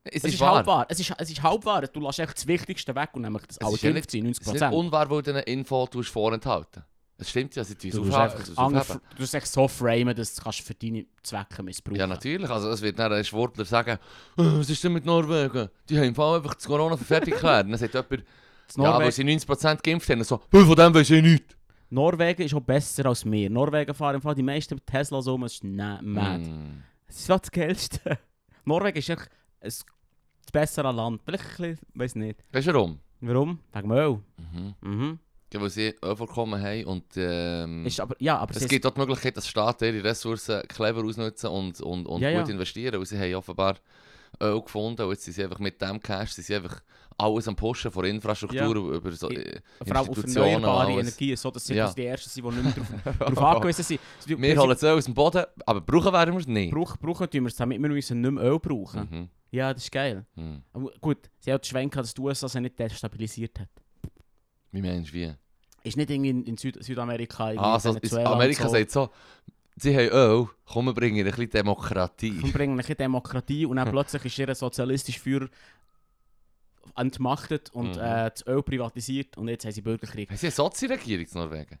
Speaker 2: Es,
Speaker 1: Es ist,
Speaker 2: ist, wahr.
Speaker 1: halbwahr. Es ist, es ist halbwahr. Du lässt echt das Wichtigste weg und nämlich das
Speaker 2: Es
Speaker 1: alle
Speaker 2: ist ja
Speaker 1: Impfziehen,
Speaker 2: Es ist nicht
Speaker 1: 90%.
Speaker 2: unwahr, weil du eine Info tust vorenthalten Es stimmt ja, sie tun es
Speaker 1: Du musst
Speaker 2: aufheben,
Speaker 1: einfach
Speaker 2: sie tun es
Speaker 1: anders-
Speaker 2: aufheben.
Speaker 1: du musst echt so framen, dass du es für deine Zwecke missbrauchen
Speaker 2: Ja, natürlich. Also, es wird dann ein Schwurbler sagen, «Äh, was ist denn mit Norwegen? Die haben im Fall einfach das Corona für fertig geklärt. Dann sagt jemand,
Speaker 1: Das
Speaker 2: ja,
Speaker 1: Norwegen-
Speaker 2: weil sie 90% geimpft haben. Und so, «Äh, von dem weiß ich nichts.
Speaker 1: Norwegen ist auch besser als wir. Norwegen fahren im Fall die meisten mit Teslas um, es ist na- mad.
Speaker 2: Mm.
Speaker 1: Es ist ja das Geilste. *laughs* Norwegen ist echt ein, das bessere Land. Vielleicht ein bisschen, weiß nicht.
Speaker 2: Weißt du warum?
Speaker 1: Warum? Wegen Öl.
Speaker 2: Mhm.
Speaker 1: Mhm.
Speaker 2: Ja, weil sie Ölvorkommen haben und ähm,
Speaker 1: Ist aber, ja, aber
Speaker 2: es
Speaker 1: sie-
Speaker 2: gibt auch die Möglichkeit, dass Staaten ihre Ressourcen clever ausnutzen und, und, und
Speaker 1: Ja, ja.
Speaker 2: gut investieren. Weil sie haben offenbar Öl gefunden und jetzt sind sie einfach mit dem Cash sind sie einfach alles am Pushen, von Infrastruktur über so,
Speaker 1: Ja.
Speaker 2: äh,
Speaker 1: vor allem auf
Speaker 2: Institutionen und
Speaker 1: erneuerbare
Speaker 2: *laughs* alles.
Speaker 1: Energien, so dass sie
Speaker 2: Ja.
Speaker 1: bloß die Ersten sind, die nicht mehr darauf
Speaker 2: *laughs*
Speaker 1: darauf angewiesen sind. Sie-
Speaker 2: Oh. Wir holen es aus dem Boden, aber brauchen werden wir es nicht.
Speaker 1: Brauchen, brauchen tun wir es, damit wir müssen nicht mehr Öl brauchen
Speaker 2: Mhm.
Speaker 1: Ja, das ist geil.
Speaker 2: Mhm.
Speaker 1: Aber gut, sie hat schwenken, dass die USA sie nicht destabilisiert hat.
Speaker 2: Wie meinst du wie?
Speaker 1: Ist nicht irgendwie in, in Süd Südamerika, irgendwie
Speaker 2: Ah, so, ist-
Speaker 1: Venezuela und
Speaker 2: Amerika
Speaker 1: so.
Speaker 2: sagt so, sie haben Öl, komm, wir bringen ihnen ein bisschen Demokratie.
Speaker 1: und bringen ein bisschen Demokratie
Speaker 2: *laughs*
Speaker 1: und dann plötzlich ist ihr sozialistisch Führer entmachtet und
Speaker 2: Mhm.
Speaker 1: äh, das Öl privatisiert und jetzt haben sie Bürgerkrieg.
Speaker 2: Haben sie eine Sozi-Regierung in Norwegen?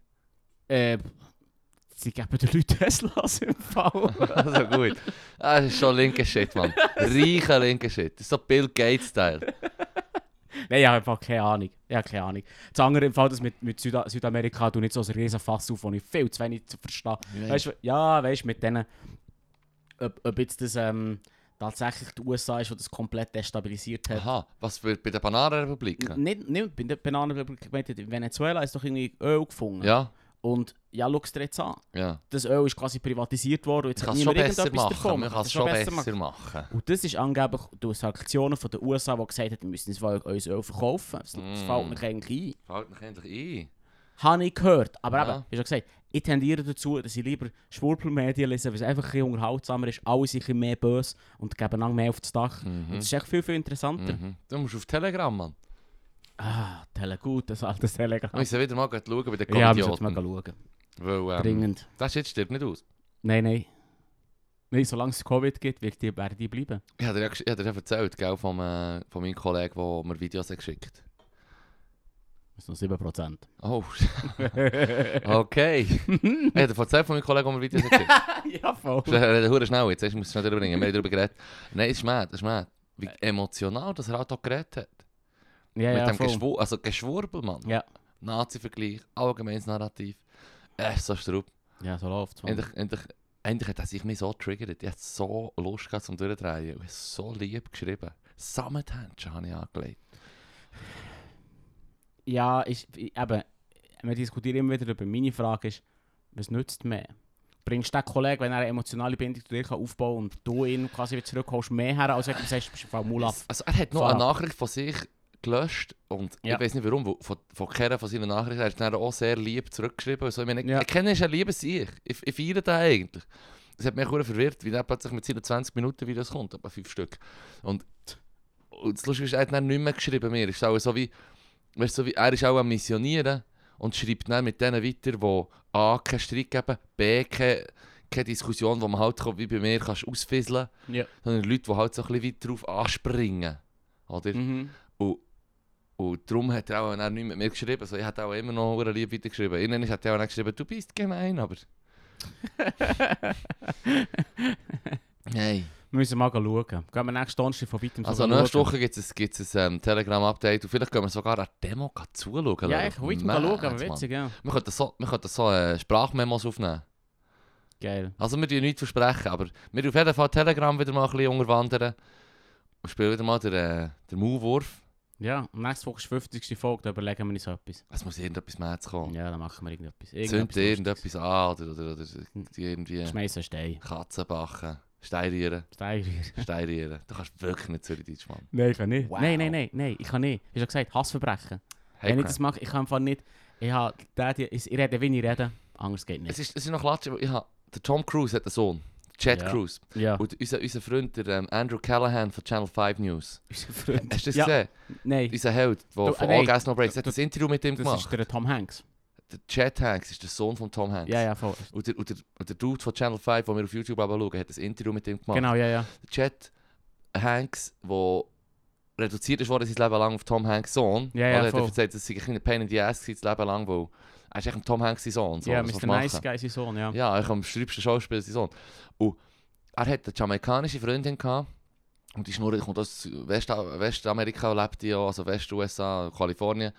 Speaker 1: Äh, sie geben den Leuten *laughs* Teslas im Fall.
Speaker 2: Also gut. Ah, Das ist schon linker Shit, Mann. Reicher linker Shit. Das ist so Bill *laughs* Gates-Teil.
Speaker 1: Nein, ich habe einfach keine Ahnung. Ich habe keine Ahnung. Das andere im Fall, das mit, mit Süda Südamerika, du nicht so ein riesen Fass auf, wo ich viel zu wenig zu verstehen.
Speaker 2: Ja.
Speaker 1: Weißt du, ja, weißt du, mit denen, ob, ob jetzt das ähm, tatsächlich die USA ist, die das komplett destabilisiert hat.
Speaker 2: Aha, was für, bei der Bananenrepublik?
Speaker 1: Nicht, nicht bei der Bananenrepublik, gemeint, in Venezuela ist doch irgendwie Öl gefunden.
Speaker 2: Ja,
Speaker 1: Und ja, schau es dir jetzt an.
Speaker 2: ja.
Speaker 1: Das Öl ist quasi privatisiert worden und jetzt
Speaker 2: Man
Speaker 1: hat
Speaker 2: kann es
Speaker 1: niemand
Speaker 2: schon besser
Speaker 1: irgendetwas
Speaker 2: machen.
Speaker 1: davon.
Speaker 2: Man
Speaker 1: Man
Speaker 2: kann
Speaker 1: kann's
Speaker 2: es schon besser machen.
Speaker 1: Und das ist angeblich durch Sanktionen von den USA, die gesagt haben, wir müssen unser Öl verkaufen. Das, das
Speaker 2: Mm.
Speaker 1: fällt mir eigentlich ein.
Speaker 2: Fällt mich endlich ein.
Speaker 1: Habe ich gehört. Aber
Speaker 2: Ja.
Speaker 1: eben, wie schon gesagt, ich tendiere dazu, dass ich lieber Schwurbelmedien lese, weil es einfach ein bisschen unterhaltsamer ist, alle sind ein bisschen mehr böse und geben lang mehr auf das Dach. Und das ist echt viel, viel interessanter.
Speaker 2: Mhm. Du musst auf Telegram, Mann.
Speaker 1: Ah, Telegut, das alte
Speaker 2: Wir
Speaker 1: Telegram.
Speaker 2: müssen wieder mal schauen bei den
Speaker 1: Ja, wir müssen mal
Speaker 2: Komödioten.
Speaker 1: schauen.
Speaker 2: Weil, ähm,
Speaker 1: Dringend.
Speaker 2: das Shit stirbt nicht aus.
Speaker 1: Nein, nein. Nein, solange es Covid gibt, wird die, werden die bleiben.
Speaker 2: Ich habe dir ja, gesch- ich hab dir ja erzählt, gell, vom, äh, von meinem Kollegen, der mir Videos hat geschickt
Speaker 1: Das sind noch 7%.
Speaker 2: *laughs* Oh, okay. *laughs* ich habe dir erzählt von meinem Kollegen, der mir *laughs* Videos hat
Speaker 1: *laughs*
Speaker 2: geschickt
Speaker 1: ja, voll.
Speaker 2: Ich rede hure schnell jetzt, ich muss es schnell drüber bringen. Wir haben darüber geredet. Nein, es ist mad, es ist mad. Wie emotional, dass er halt auch geredet hat.
Speaker 1: Ja,
Speaker 2: Mit
Speaker 1: ja,
Speaker 2: dem
Speaker 1: voll.
Speaker 2: Geschwur also Geschwurbel, Mann.
Speaker 1: Ja.
Speaker 2: Nazi-Vergleich, allgemeines Narrativ. Er ist so straub.
Speaker 1: Ja, so läuft es.
Speaker 2: Endlich, endlich, endlich hat er sich mich so triggert. Ich hatte so Lust gehabt zum Durchdrehen. Und es so lieb geschrieben. Samethändchen habe ich angelegt.
Speaker 1: Ja, ist, eben, wir diskutieren immer wieder darüber. Meine Frage ist, was nützt mehr? Bringst du den Kollegen, wenn er eine emotionale Bindung zu dir kann aufbauen und du ihn quasi wieder zurückholst, mehr her, als wenn du ihm sagst, du bist im Fall Maul ab.
Speaker 2: Also er hat noch
Speaker 1: Fahr
Speaker 2: eine
Speaker 1: ab.
Speaker 2: Nachricht von sich gelöscht und
Speaker 1: Ja.
Speaker 2: ich weiß nicht warum, weil von, von keiner von seinen Nachrichten er hat er dann auch sehr lieb zurückgeschrieben. Also, ich meine,
Speaker 1: Ja.
Speaker 2: ich kenne ist ein liebes Ich. Ich, ich feiere den eigentlich. Es hat mich auch verwirrt, wie der plötzlich mit seinen 20 Minuten Videos kommt, aber fünf Stück. Und, und das Lustige ist, er hat dann nicht mehr geschrieben mir. Ist auch so wie, weißt, du, so wie, er ist auch am Missionieren und schreibt dann mit denen weiter, die A, keinen Streit geben, B, keine, keine Diskussion, wo man halt kommt, wie bei mir kannst ausfisseln
Speaker 1: Ja.
Speaker 2: sondern Leute, die halt so ein bisschen weiter drauf anspringen. Oder?
Speaker 1: Mhm. *laughs*
Speaker 2: Und darum hat er auch dann nicht mit mir geschrieben. Also ich hätte auch immer noch eine Liebe weitergeschrieben. Irgendwann hat er auch dann geschrieben, du bist gemein, aber... Nein.
Speaker 1: Wir müssen mal schauen. Gehen wir nächsten Donnerstag von weitem
Speaker 2: Also
Speaker 1: schauen.
Speaker 2: nächste Woche gibt es ein, gibt's ein ähm, Telegram-Update und vielleicht können wir sogar eine Demo gehen zuschauen.
Speaker 1: Ja,
Speaker 2: Leute.
Speaker 1: ich will mal
Speaker 2: Mad,
Speaker 1: schauen, aber
Speaker 2: Mann.
Speaker 1: witzig, ja.
Speaker 2: Wir könnten so, wir könnten so äh, Sprachmemos aufnehmen.
Speaker 1: Geil.
Speaker 2: Also wir tun nichts versprechen, aber wir tun auf jeden Fall Telegram wieder mal ein bisschen unterwandern. Und spielen wieder mal den, äh, den Maulwurf.
Speaker 1: Ja, und nächste Woche ist die 50. Folge, da überlegen wir uns etwas.
Speaker 2: Es muss irgendetwas mehr zu kommen.
Speaker 1: Ja, dann machen wir irgendetwas. Hm.
Speaker 2: Zünd
Speaker 1: Lustiges.
Speaker 2: irgendetwas an oder, oder, oder die irgendwie
Speaker 1: Schmeißen einen Stein.
Speaker 2: Katzen backen, steirieren,
Speaker 1: *laughs* Stein.
Speaker 2: steirieren. Du kannst wirklich nicht Zürich-Deutsch, Mann.
Speaker 1: Nein, ich kann nicht.
Speaker 2: Wow.
Speaker 1: Nein, nein, nein, nein, ich kann nicht. Ich habe gesagt, Hassverbrechen.
Speaker 2: Hey,
Speaker 1: Wenn ich
Speaker 2: Cram.
Speaker 1: das mache, ich kann einfach nicht. Ich, habe, der, die, ich ich rede, wie ich rede. Anders geht
Speaker 2: es,
Speaker 1: nicht.
Speaker 2: ist, es ist noch Klatsch, weil ich hab, der Tom Cruise hat einen Sohn, Chad
Speaker 1: Ja.
Speaker 2: Cruise.
Speaker 1: Ja.
Speaker 2: Und unser, unser Freund, der ähm, Andrew Callahan von Channel 5 News.
Speaker 1: Unser *laughs* Freund.
Speaker 2: Hast du das
Speaker 1: Ja.
Speaker 2: gesehen?
Speaker 1: Nein,
Speaker 2: Unser Held, der
Speaker 1: Du- äh,
Speaker 2: von
Speaker 1: nein.
Speaker 2: All Gas No Breaks, hat
Speaker 1: Du-
Speaker 2: ein Interview mit ihm
Speaker 1: das
Speaker 2: gemacht.
Speaker 1: ist der dus Tom Hanks.
Speaker 2: Der Chad Hanks ist der Sohn von Tom Hanks.
Speaker 1: Ja, ja, voll.
Speaker 2: Und, der, und, der, und der Dude von Channel 5, den wir auf YouTube aber schauen, hat ein Interview mit ihm gemacht.
Speaker 1: Genau, ja, ja.
Speaker 2: Chad Hanks, der reduziert ist worden sein Leben lang auf Tom Hanks Sohn.
Speaker 1: Ja, ja,
Speaker 2: Oder hat er
Speaker 1: voll.
Speaker 2: erzählt, das sei ein kleiner Pain in the Ass gewesen, das Leben lang, weil Er ist echt ein Tom Hanks sein Sohn. So,
Speaker 1: ja,
Speaker 2: was willst
Speaker 1: Mr.
Speaker 2: du machen?
Speaker 1: Nice Guy, sein Sohn, ja.
Speaker 2: Ja, ich am schreibsten Schauspieler sein Sohn. Und er hat eine jamaikanische Freundin gehabt. Und die Schnurre kommt aus West Westamerika, lebt die auch, also West-USA, Kalifornien.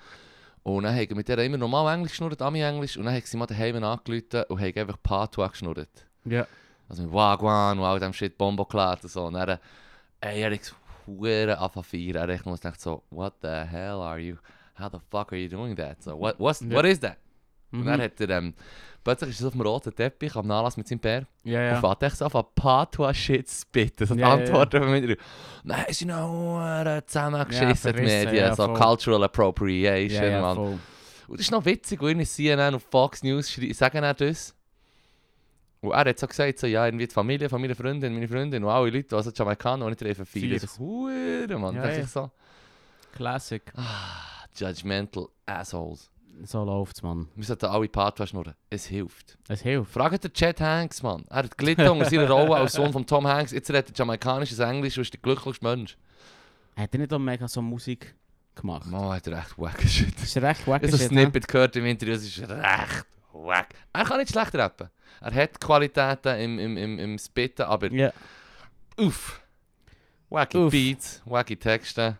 Speaker 2: Und dann haben wir mit der immer normal Englisch geschnurrt, Ami-Englisch. Und dann haben sie mal daheim angerufen und haben einfach Patois geschnurrt.
Speaker 1: Ja.
Speaker 2: Also mit Wagwan und all dem Shit, Bombo geklärt und so. Und dann, ey, er hat Huren angefangen Er hat gedacht so, what the hell are you, how the fuck are you doing that? So, what, what's,
Speaker 1: Ja.
Speaker 2: what is that? Und dann
Speaker 1: Mhm.
Speaker 2: hat er, ähm, plötzlich ist er auf dem roten Teppich am Nachlass mit seinem Pär.
Speaker 1: Ja,
Speaker 2: Ja.
Speaker 1: ja.
Speaker 2: Und fährt echt so auf Patois-Shit zu bitten. So die
Speaker 1: Ja, ja, ja.
Speaker 2: Antworten von mir. Nein, es sind auch äh, zusammengeschissen, die
Speaker 1: verrissen,
Speaker 2: Medien.
Speaker 1: ja,
Speaker 2: so
Speaker 1: voll.
Speaker 2: Cultural Appropriation,
Speaker 1: Ja, ja,
Speaker 2: Mann.
Speaker 1: voll.
Speaker 2: Und das ist noch witzig, weil in CNN und Fox News schrei- sagen er das. Und er hat so gesagt, so, ja, irgendwie die Familie, Familie, Freundin, meine Freundin und alle Leute, also die Jamaikaner, die ich treffe, viele.
Speaker 1: Vier.
Speaker 2: Das ist Huren, Mann.
Speaker 1: Ja,
Speaker 2: Ja,
Speaker 1: ja.
Speaker 2: ich so,
Speaker 1: Classic.
Speaker 2: Ah. judgmental assholes.
Speaker 1: So läuft's, Mann.
Speaker 2: Wir sollten alle Patois schnurren. Es hilft.
Speaker 1: Es hilft.
Speaker 2: Fragt den Chad Hanks, Mann. Er hat gelitten unter seiner Rolle als Sohn von Tom Hanks. Jetzt redet er jamaikanisches Englisch und ist der glücklichste Mensch.
Speaker 1: Hat er nicht auch mega so Musik gemacht?
Speaker 2: Mann, hat er echt wack shit.
Speaker 1: Das ist recht wack.
Speaker 2: Ich habe ein Snippet gehört im Interview, es ist recht wack. Er kann nicht schlecht rappen. Er hat Qualitäten im, im, im, im Spitten, aber
Speaker 1: Ja.
Speaker 2: uff. Wacky
Speaker 1: Uff.
Speaker 2: Beats, wacky Texte.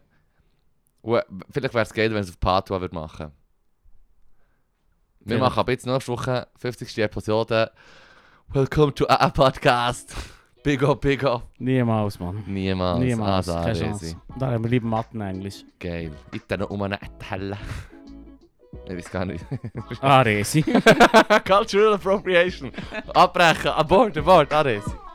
Speaker 2: Wa- Vielleicht wäre es geil, wenn es auf Patua würde machen. Wir
Speaker 1: Vielleicht.
Speaker 2: machen ab jetzt nächste Woche 50. Episode. Welcome to our podcast. Big up, big up.
Speaker 1: Niemals, Mann.
Speaker 2: Niemals.
Speaker 1: Niemals.
Speaker 2: Ah, da
Speaker 1: Keine
Speaker 2: ist
Speaker 1: Chance. Da haben wir lieber Matten Englisch.
Speaker 2: sie. Geil. Ich dann noch um eine *laughs* Helle. Ich weiß gar *laughs* nicht.
Speaker 1: Ah, Resi.
Speaker 2: Cultural Appropriation. Abbrechen. Abort, abort. Da ist sie.